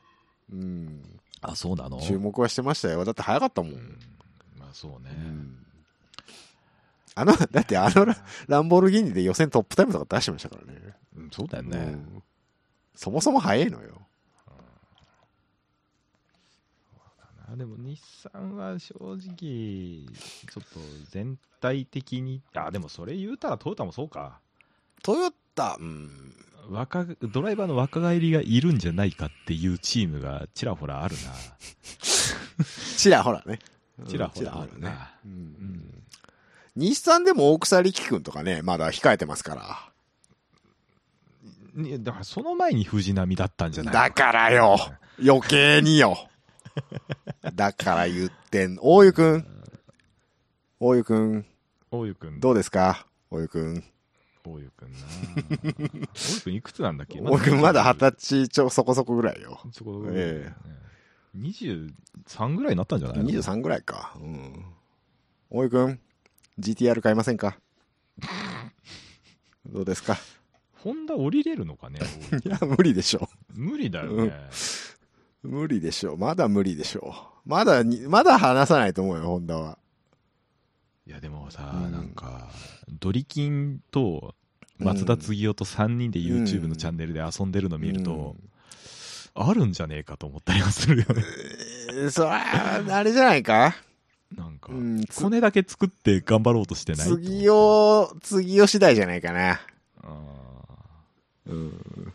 Speaker 1: うん。
Speaker 3: あ、そうなの
Speaker 1: 注目はしてましたよ。だって早かったもん。
Speaker 3: まあそう
Speaker 1: う。
Speaker 3: ね
Speaker 1: んあの、だってあのラランボルギーニで予選トップタイムとか出してましたからね。
Speaker 3: うんそうだよ
Speaker 1: う
Speaker 3: ね。
Speaker 1: んそもそも早いのよ。
Speaker 3: あでも日産は正直、ちょっと全体的に、あ、でもそれ言うたらトヨタもそうか。
Speaker 1: トヨタ、うん。
Speaker 3: 若がドライバーの若返りがいるんじゃないかっていうチームがちらほらある
Speaker 1: ちらほらね。
Speaker 3: な。ちらほらある
Speaker 1: ちね。
Speaker 3: な。
Speaker 1: う
Speaker 3: うんん
Speaker 1: 日産でも大草力君とかね、まだ控えてますから。
Speaker 3: ねだからその前に藤波だったんじゃない
Speaker 1: だからよ余計に よ。だから言ってん。大湯くん。大湯くん、
Speaker 3: 大湯くん、
Speaker 1: どうですか大湯くん。
Speaker 3: 大湯くんな。大湯くんいくつな んだっけ
Speaker 1: 大湯くんまだ二十歳ちょそこそこぐらいよ。
Speaker 3: そこ
Speaker 1: え
Speaker 3: 23ぐらいになったんじゃないの
Speaker 1: 23ぐらいか。うん。大井くん、GTR 買いませんか どうですか
Speaker 3: ホンダ降りれるのかね大井
Speaker 1: いや、無理でしょ
Speaker 3: 無理だよ
Speaker 1: うん
Speaker 3: ね。
Speaker 1: う。無理でしょう。まだ無理でしょう。まだに、まだ話さないと思うよ、ホンダは。
Speaker 3: いや、でもさ、
Speaker 1: うん
Speaker 3: なんか、ドリキンと松田継夫と3人で YouTube のチャンネルで遊んでるの見ると、あるんじゃねえかと思ったりはするよね。
Speaker 1: えー、そら、あれじゃないか
Speaker 3: なんか
Speaker 1: う、ん、つ
Speaker 3: コネだけ作って頑張ろうとしてないと思って
Speaker 1: 次を、次を次第じゃないかな。
Speaker 3: あー
Speaker 1: うん。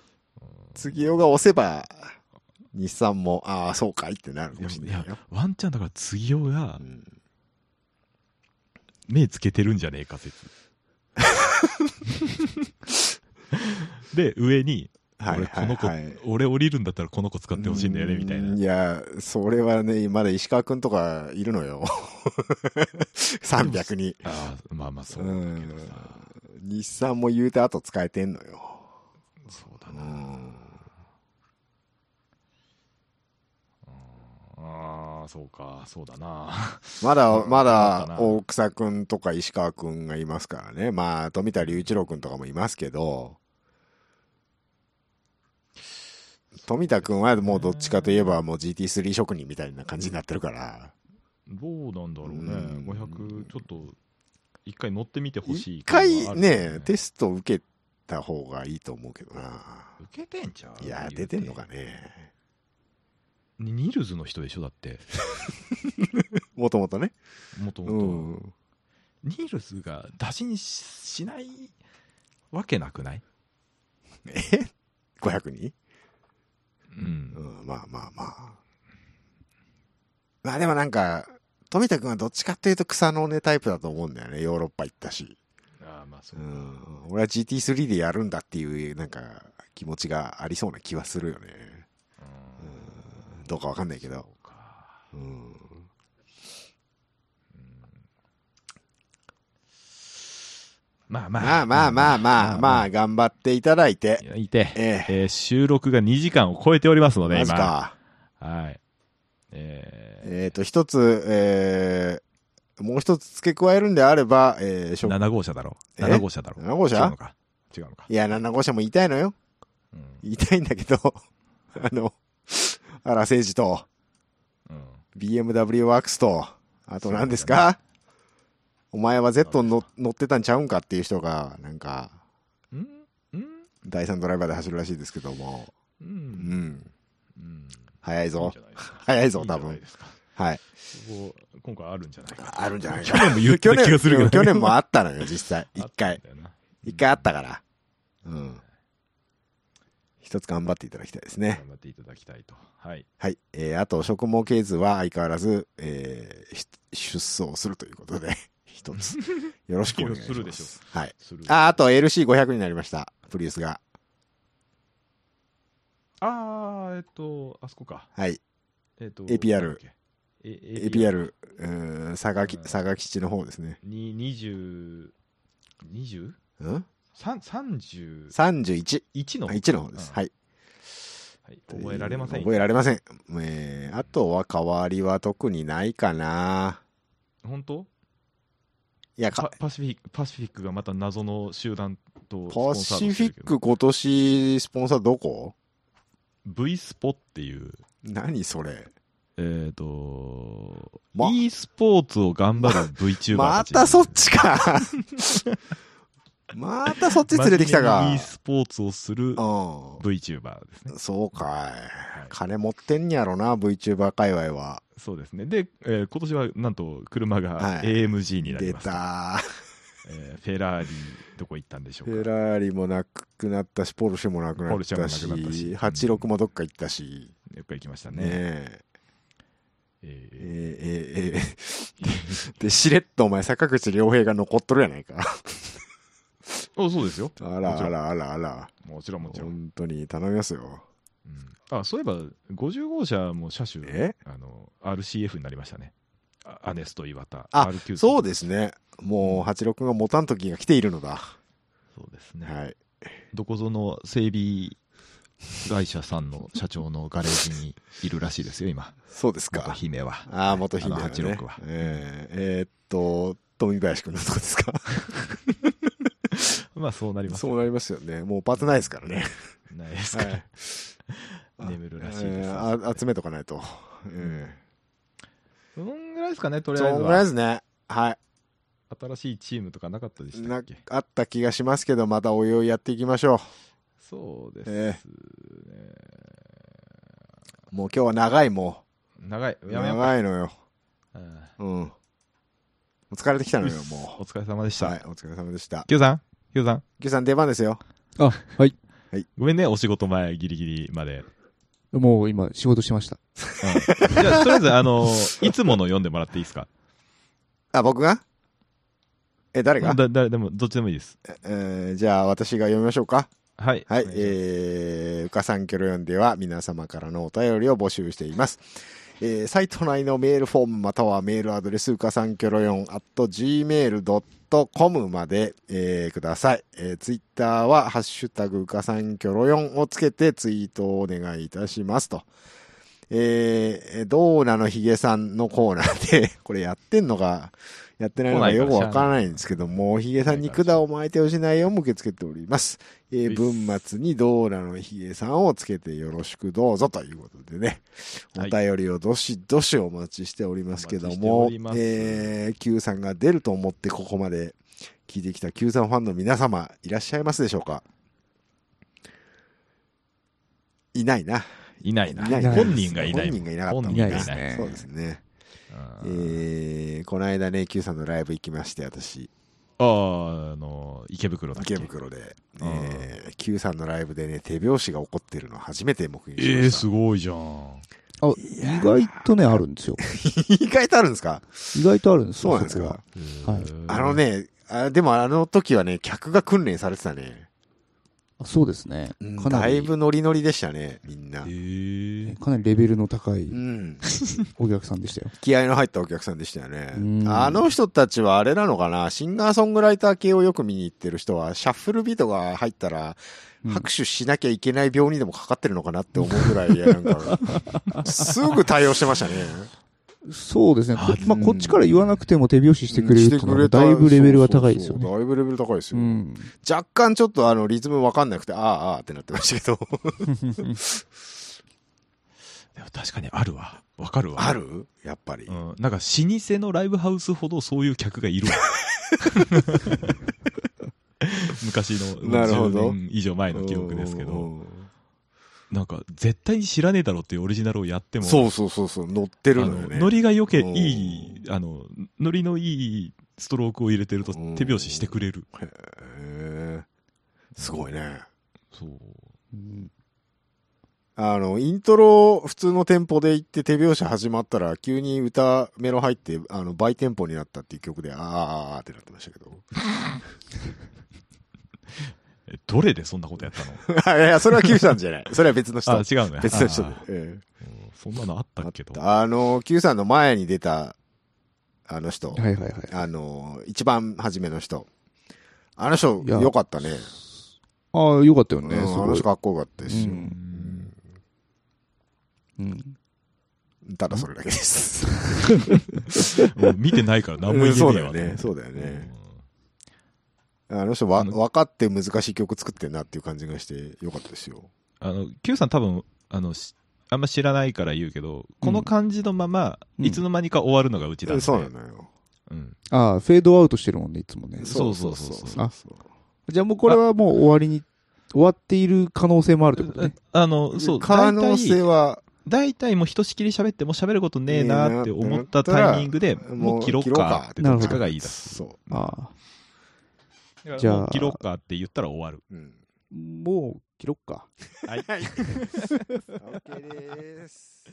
Speaker 1: 次をが押せば、日産も、ああ、そうかいってなるかもしれない
Speaker 3: いや
Speaker 1: よ。
Speaker 3: ワンチャンだから次男が
Speaker 1: うん
Speaker 3: 目つけてるんじゃねえ か説。で、上に、
Speaker 1: はい
Speaker 3: 俺こ
Speaker 1: はい
Speaker 3: の子、
Speaker 1: はい。
Speaker 3: 俺降りるんだったらこの子使ってほしいんだよね、みたいうな。
Speaker 1: んいや、それはね、まだ石川くんとかいるの よ。300に。
Speaker 3: あーまあまあそううだけど
Speaker 1: ん
Speaker 3: さ。。
Speaker 1: 日産も言うて後使えてんのよ。
Speaker 3: そうだ
Speaker 1: う
Speaker 3: な。
Speaker 1: ん
Speaker 3: ああ、そうか、そうだな。
Speaker 1: まだ、ま
Speaker 3: そうだ
Speaker 1: だ
Speaker 3: な、
Speaker 1: 大草くんとか石川くんがいますからね。まあ、富田隆一郎くんとかもいますけど、富田くんはもうどっちかといえばもう GT3 職人みたいな感じになってるから。
Speaker 3: どうなんだろうね。
Speaker 1: うん
Speaker 3: 500、ちょっと、一回乗ってみてほしい
Speaker 1: 一
Speaker 3: 感はあ
Speaker 1: 回
Speaker 3: るよ。
Speaker 1: ね、テスト受けた方がいいと思うけどな。
Speaker 3: 受けてんちゃう
Speaker 1: いや、
Speaker 3: 言
Speaker 1: 出
Speaker 3: う
Speaker 1: てんのかね。
Speaker 3: ニニルズの人でしょだって。
Speaker 1: もともとね。
Speaker 3: もとも
Speaker 1: う
Speaker 3: と。
Speaker 1: ん。
Speaker 3: ニルズが打診ししないわけなくない
Speaker 1: え ?500 人
Speaker 3: う。
Speaker 1: うんん、まあまあまあ。まあでもなんか、富田君はどっちかっていうと草の根タイプだと思うんだよね。ヨーロッパ行ったし。
Speaker 3: ああ、まあそうう。
Speaker 1: ん。俺は GT3 でやるんだっていう、なんか、気持ちがありそうな気はするよね。うん。どうかわかんないけど。
Speaker 3: そうか
Speaker 1: うん。
Speaker 3: まあまあ。
Speaker 1: まあまあまあまあ、まあ
Speaker 3: あ。
Speaker 1: 頑張っていただいて
Speaker 3: い。やいて、
Speaker 1: ええ。
Speaker 3: えー収録が2時間を超えておりますので、
Speaker 1: マジ
Speaker 3: 今。
Speaker 1: か。
Speaker 3: はい。え
Speaker 1: えっと、一つ、えー、もう一つ付け加えるんであれば、えー、し
Speaker 3: ー、
Speaker 1: ょ
Speaker 3: 7号車だろ。
Speaker 1: え
Speaker 3: 7号車だろ。
Speaker 1: 7号車
Speaker 3: 違うのか。違うのか。
Speaker 1: いや、7号車も言いたいのよ。
Speaker 3: うん。
Speaker 1: 言いたいんだけど、 あの、荒誠治と、
Speaker 3: うん
Speaker 1: BMW ワークスと、あと何ですか、お前は Z に乗乗ってたんちゃうんかっていう人が、なんか、
Speaker 3: うんうん
Speaker 1: 第三ドライバーで走るらしいですけども、
Speaker 3: う
Speaker 1: うんん、
Speaker 3: うん
Speaker 1: 早い
Speaker 3: いいん
Speaker 1: ぞ
Speaker 3: じ。ゃないですか
Speaker 1: 早い
Speaker 3: い
Speaker 1: ぞ、
Speaker 3: いんじ
Speaker 1: 多
Speaker 3: ゃない
Speaker 1: 分。
Speaker 3: ですか
Speaker 1: はい。
Speaker 3: ここ今回あるんじゃないか
Speaker 1: あるんじゃない
Speaker 3: 去年
Speaker 1: か。
Speaker 3: も言ってた気がするけど
Speaker 1: 去年もあったのよ、実 際。一回。一回あった
Speaker 3: ら
Speaker 1: から。うん。一つ頑張っていただきたいですね。
Speaker 3: 頑張っていただきたいとはい
Speaker 1: はい。えー、あと、食毛系図は相変わらず、えー、ひ出走するということで、 一 つ。よろしくお願いします。
Speaker 3: するでしょ
Speaker 1: はい。
Speaker 3: する
Speaker 1: あ、あと LC500 になりました。プリウスが。
Speaker 3: あーえっとあそこか
Speaker 1: はい。
Speaker 3: えっと
Speaker 1: APR
Speaker 3: なんだっけえ APR
Speaker 1: APR、うーん、佐賀き
Speaker 3: うん
Speaker 1: 佐賀基地の方ですね。
Speaker 3: に20 20?
Speaker 1: うん
Speaker 3: 三31
Speaker 1: ?31。
Speaker 3: の
Speaker 1: あ1の方です。
Speaker 3: うん
Speaker 1: はい。
Speaker 3: はい覚えられません
Speaker 1: 覚えられません。えー、あとは変わりは特にないかな。
Speaker 3: 本当
Speaker 1: いや、
Speaker 3: パ
Speaker 1: か
Speaker 3: パシフィックパシフィックがまた謎の集団と
Speaker 1: パ
Speaker 3: スポンサー
Speaker 1: シ
Speaker 3: ドし
Speaker 1: フ
Speaker 3: て
Speaker 1: ィ
Speaker 3: るけ
Speaker 1: ッ
Speaker 3: ど
Speaker 1: ク今年、スポンサーどこ
Speaker 3: V スポっていう
Speaker 1: 何それ。
Speaker 3: えっ、と、
Speaker 1: ま
Speaker 3: e スポーツを頑張る VTuber
Speaker 1: ま
Speaker 3: ち
Speaker 1: たそっち か。またそっち連れてきた
Speaker 3: 真面目
Speaker 1: か
Speaker 3: に e。スポーツをする
Speaker 1: う
Speaker 3: VTuber ですね。
Speaker 1: ん。そうか
Speaker 3: はい
Speaker 1: い。金持ってんやろな、VTuber 界隈は。
Speaker 3: そうですね。で、えー今年はなんと車
Speaker 1: は
Speaker 3: が
Speaker 1: い
Speaker 3: AMG になり
Speaker 1: 出
Speaker 3: ます。
Speaker 1: た。
Speaker 3: えーフェラーリ、どこ行ったんでしょ
Speaker 1: フェ
Speaker 3: うか。
Speaker 1: ラーリもなくなったし、ポルシェもなくな
Speaker 3: ポ
Speaker 1: っ
Speaker 3: ルシェも
Speaker 1: た
Speaker 3: な
Speaker 1: し、
Speaker 3: くなったし
Speaker 1: 86もどっか行ったし、
Speaker 3: よく行きました
Speaker 1: ね
Speaker 3: ね。
Speaker 1: え。えーえー
Speaker 3: え
Speaker 1: えーで、しれっとお前、坂口良平が残っとるやないか。
Speaker 3: ーおそうですよ。
Speaker 1: あらあらあらあら。
Speaker 3: もちろんもちろん。
Speaker 1: 本当に頼みますよ。
Speaker 3: うんあ、そういえば、50号車も車種
Speaker 1: え、
Speaker 3: あの、RCF になりましたね。あアネスト岩田。
Speaker 1: あ
Speaker 3: RQ
Speaker 1: そうですね。もう、86が持たん時が来ているのだ。
Speaker 3: そうですね。
Speaker 1: はい。
Speaker 3: どこぞの整備会社さんの社長のガレージにいるらしいですよ、今。
Speaker 1: そうです
Speaker 3: 元
Speaker 1: か。
Speaker 3: 姫は。
Speaker 1: ああ、元姫だね。
Speaker 3: あの86は
Speaker 1: えーえーっと、富林君のとこです か。
Speaker 3: まあ、そうなります。
Speaker 1: そうなりますよね。もうパーツないですからね。
Speaker 3: ないです
Speaker 1: は
Speaker 3: か。
Speaker 1: い。
Speaker 3: 眠るらしいです
Speaker 1: えーあ集めとかないと。え
Speaker 3: そんぐらいですかね、と
Speaker 1: え
Speaker 3: りあえ
Speaker 1: そ
Speaker 3: ず
Speaker 1: んぐらい
Speaker 3: は
Speaker 1: ですね。はい。
Speaker 3: 新しいチームとかなかったでした
Speaker 1: な
Speaker 3: っけ
Speaker 1: あった気がしますけど、またおいおいやっていきましょ
Speaker 3: そうです、
Speaker 1: えう。もう今日は長い、も。
Speaker 3: 長いうやめようか
Speaker 1: 長いのよ。
Speaker 3: うん
Speaker 1: うん。もう疲れてきたのよ、も
Speaker 3: お疲れ様でし
Speaker 1: う。
Speaker 3: た、
Speaker 1: はい、お疲れ様でした。
Speaker 3: キュウさんキュウさん
Speaker 1: きゅうさん出番ですよ。
Speaker 2: あ、はい。
Speaker 3: ごめんねお仕事前ギリギリまで、
Speaker 2: もう今、仕事してました。
Speaker 3: うんじゃあとりあえずあのいつもの読んでもらっていいですか
Speaker 1: あ、僕がえ、誰が
Speaker 3: だ誰でもどっちでもいいです
Speaker 1: えーじゃあ私が読みましょうか。
Speaker 3: はい
Speaker 1: はい
Speaker 3: お、願いします
Speaker 1: えー、うかさんきょろよんでは皆様からのお便りを募集しています。えーサイト内のメールフォームまたはメールアドレスうかさんきょろよん at gmail.com まで、えーください。えー、ツイッターはハッシュタグうかさんきょろよんをつけてツイートをお願いいたしますと。えー、どうなのひげさんのコーナーで、 これやってんのか、やってないのかよくわからないんですけども、ひげさんに管を巻いてほしないよも受け付けております。え
Speaker 3: うい
Speaker 1: ー
Speaker 3: っ
Speaker 1: 文末にどうなのひげさんをつけてよろしくどうぞということでね、お
Speaker 3: はい
Speaker 1: 便りをどしどしお待ちしておりますけども
Speaker 3: お待ちしておりま、す
Speaker 1: えー、Q さんが出ると思ってここまで聞いてきた Q さんファンの皆様、いらっしゃいますでしょうかいないな。
Speaker 3: いないな。
Speaker 1: いない
Speaker 2: な
Speaker 3: 本人がいない。
Speaker 1: 本人がいなかったもん
Speaker 2: 本人がいないですね
Speaker 1: そうですね。
Speaker 3: うん
Speaker 1: えー、この間ね、Q さんのライブ行きまして、私、
Speaker 3: あーあの、池袋だっけ
Speaker 1: 池袋で、
Speaker 3: あー
Speaker 1: えー、Q さんのライブでね、手拍子が起こってるのを初めて目撃しました。
Speaker 3: ええすごいじゃん。
Speaker 2: あ、
Speaker 1: い
Speaker 2: 意
Speaker 1: やー
Speaker 2: 外とね、あるんですよ。
Speaker 1: 意外とあるんですか
Speaker 2: 意外とあるんです
Speaker 1: そう
Speaker 2: よ、
Speaker 1: なんです
Speaker 2: そこ
Speaker 1: か
Speaker 2: は。はい
Speaker 1: あの。ね、あでもあの時はね、客が訓練されてたね。
Speaker 2: あそうですね。かな
Speaker 1: だい
Speaker 2: り、
Speaker 1: ぶノリノリでしたね、みんな
Speaker 3: え。ー
Speaker 2: かなりレベルの高い
Speaker 1: うん。
Speaker 2: お客さんでしたよ。
Speaker 1: 気合の入ったお客さんでしたよね
Speaker 2: う。ん
Speaker 1: あの人たちはあれなのかな、シンガーソングライター系をよく見に行ってる人は、シャッフルビートが入ったら、
Speaker 2: うん
Speaker 1: 拍手しなきゃいけない病にでもかかってるのかなって思うぐらい、なんか、すぐ対応してましたね。
Speaker 2: そうですね。こ
Speaker 3: あ
Speaker 2: まあ、こっちから言わなくても手拍子してくれるっていうの
Speaker 1: うん
Speaker 2: は、
Speaker 1: してく
Speaker 2: だ
Speaker 1: れた
Speaker 2: いぶレベルが高いですよ
Speaker 1: そう
Speaker 2: ね。
Speaker 1: そうだいぶレベル高いです
Speaker 2: う
Speaker 1: よ。
Speaker 2: ん。
Speaker 1: 若干ちょっとあの、リズムわかんなくて、ああ、ああってなってました けど。
Speaker 3: でも確かにあるわ。わかるわ。
Speaker 1: あるやっぱり
Speaker 3: う。ん。なんか老舗のライブハウスほどそういう客がいるわ。昔のもう
Speaker 1: なるほど
Speaker 3: 10年以上前の記憶ですけ
Speaker 1: う
Speaker 3: ど、
Speaker 1: ん
Speaker 3: なんか絶対に知らねえだろうっていうオリジナルをやっても、
Speaker 1: そうそうそうそう、乗ってる
Speaker 3: あ
Speaker 1: のよ
Speaker 3: の
Speaker 1: ね。
Speaker 3: ノリがよけ、
Speaker 1: うん
Speaker 3: いい、あの、ノリのいいストロークを入れてると
Speaker 1: うん
Speaker 3: 手拍子してくれる。
Speaker 1: へえすごいね。
Speaker 3: そう。
Speaker 2: うん
Speaker 1: あの、イントロ普通のテンポで行って手拍子始まったら急に歌メロ入って、あの、倍テンポになったっていう曲で、あーあーあーってなってましたけど。
Speaker 3: えどれでそんなことやったの
Speaker 1: いやいや、それは Q さんじゃない。それは別の人
Speaker 3: あ、。違うね。
Speaker 1: 別の人で
Speaker 3: あ。
Speaker 1: ええ
Speaker 3: うんそんなのあったけど。
Speaker 1: あの、Q さんの前に出た、あの人。
Speaker 2: はいはいはい。
Speaker 1: あの、一番初めの人。あの人、
Speaker 2: いや
Speaker 1: よかったね。
Speaker 2: ああ、よかったよね。
Speaker 1: うん
Speaker 2: す
Speaker 1: あ
Speaker 2: ご
Speaker 1: の
Speaker 2: い
Speaker 1: 人。かっこよかったですよ。
Speaker 2: うんうん
Speaker 1: ただそれだけです。
Speaker 3: もう見てないから何も言えねえ
Speaker 1: そ
Speaker 3: わ
Speaker 1: うだよね。そうだよ
Speaker 3: うん
Speaker 1: ね。あの人わ、
Speaker 3: あの
Speaker 1: 分かって難しい曲作ってんなっていう感じがしてよかったですよ。
Speaker 3: あの、Q さん多分、あの、しあんま知らないから言うけど、この感じのまま、
Speaker 2: うん
Speaker 3: いつの間にか終わるのがうちだ、
Speaker 1: うん
Speaker 3: ね、
Speaker 1: そうなのよ。
Speaker 3: うん。
Speaker 2: ああ、フェードアウトしてるもんね、いつもね。
Speaker 3: そうそうそうそう
Speaker 1: あ
Speaker 2: じゃあもうこれはもう終わりに、終わっている可能性もあるってことね。
Speaker 3: ああの、そう、
Speaker 1: 可能性は、
Speaker 3: 大体もうひとしきり喋っても喋ることねえなって思ったタイミングで、もう切ろうかって
Speaker 2: な
Speaker 3: ど
Speaker 2: る
Speaker 3: っ
Speaker 2: ほど
Speaker 3: ちかがいいだ。
Speaker 1: そ
Speaker 2: ああ。
Speaker 3: じ
Speaker 2: じゃあ
Speaker 3: ゃあ、切ろうかって言ったら終わる。
Speaker 1: う。 うん。
Speaker 2: もう切ろっか。
Speaker 3: はい。
Speaker 1: OK です。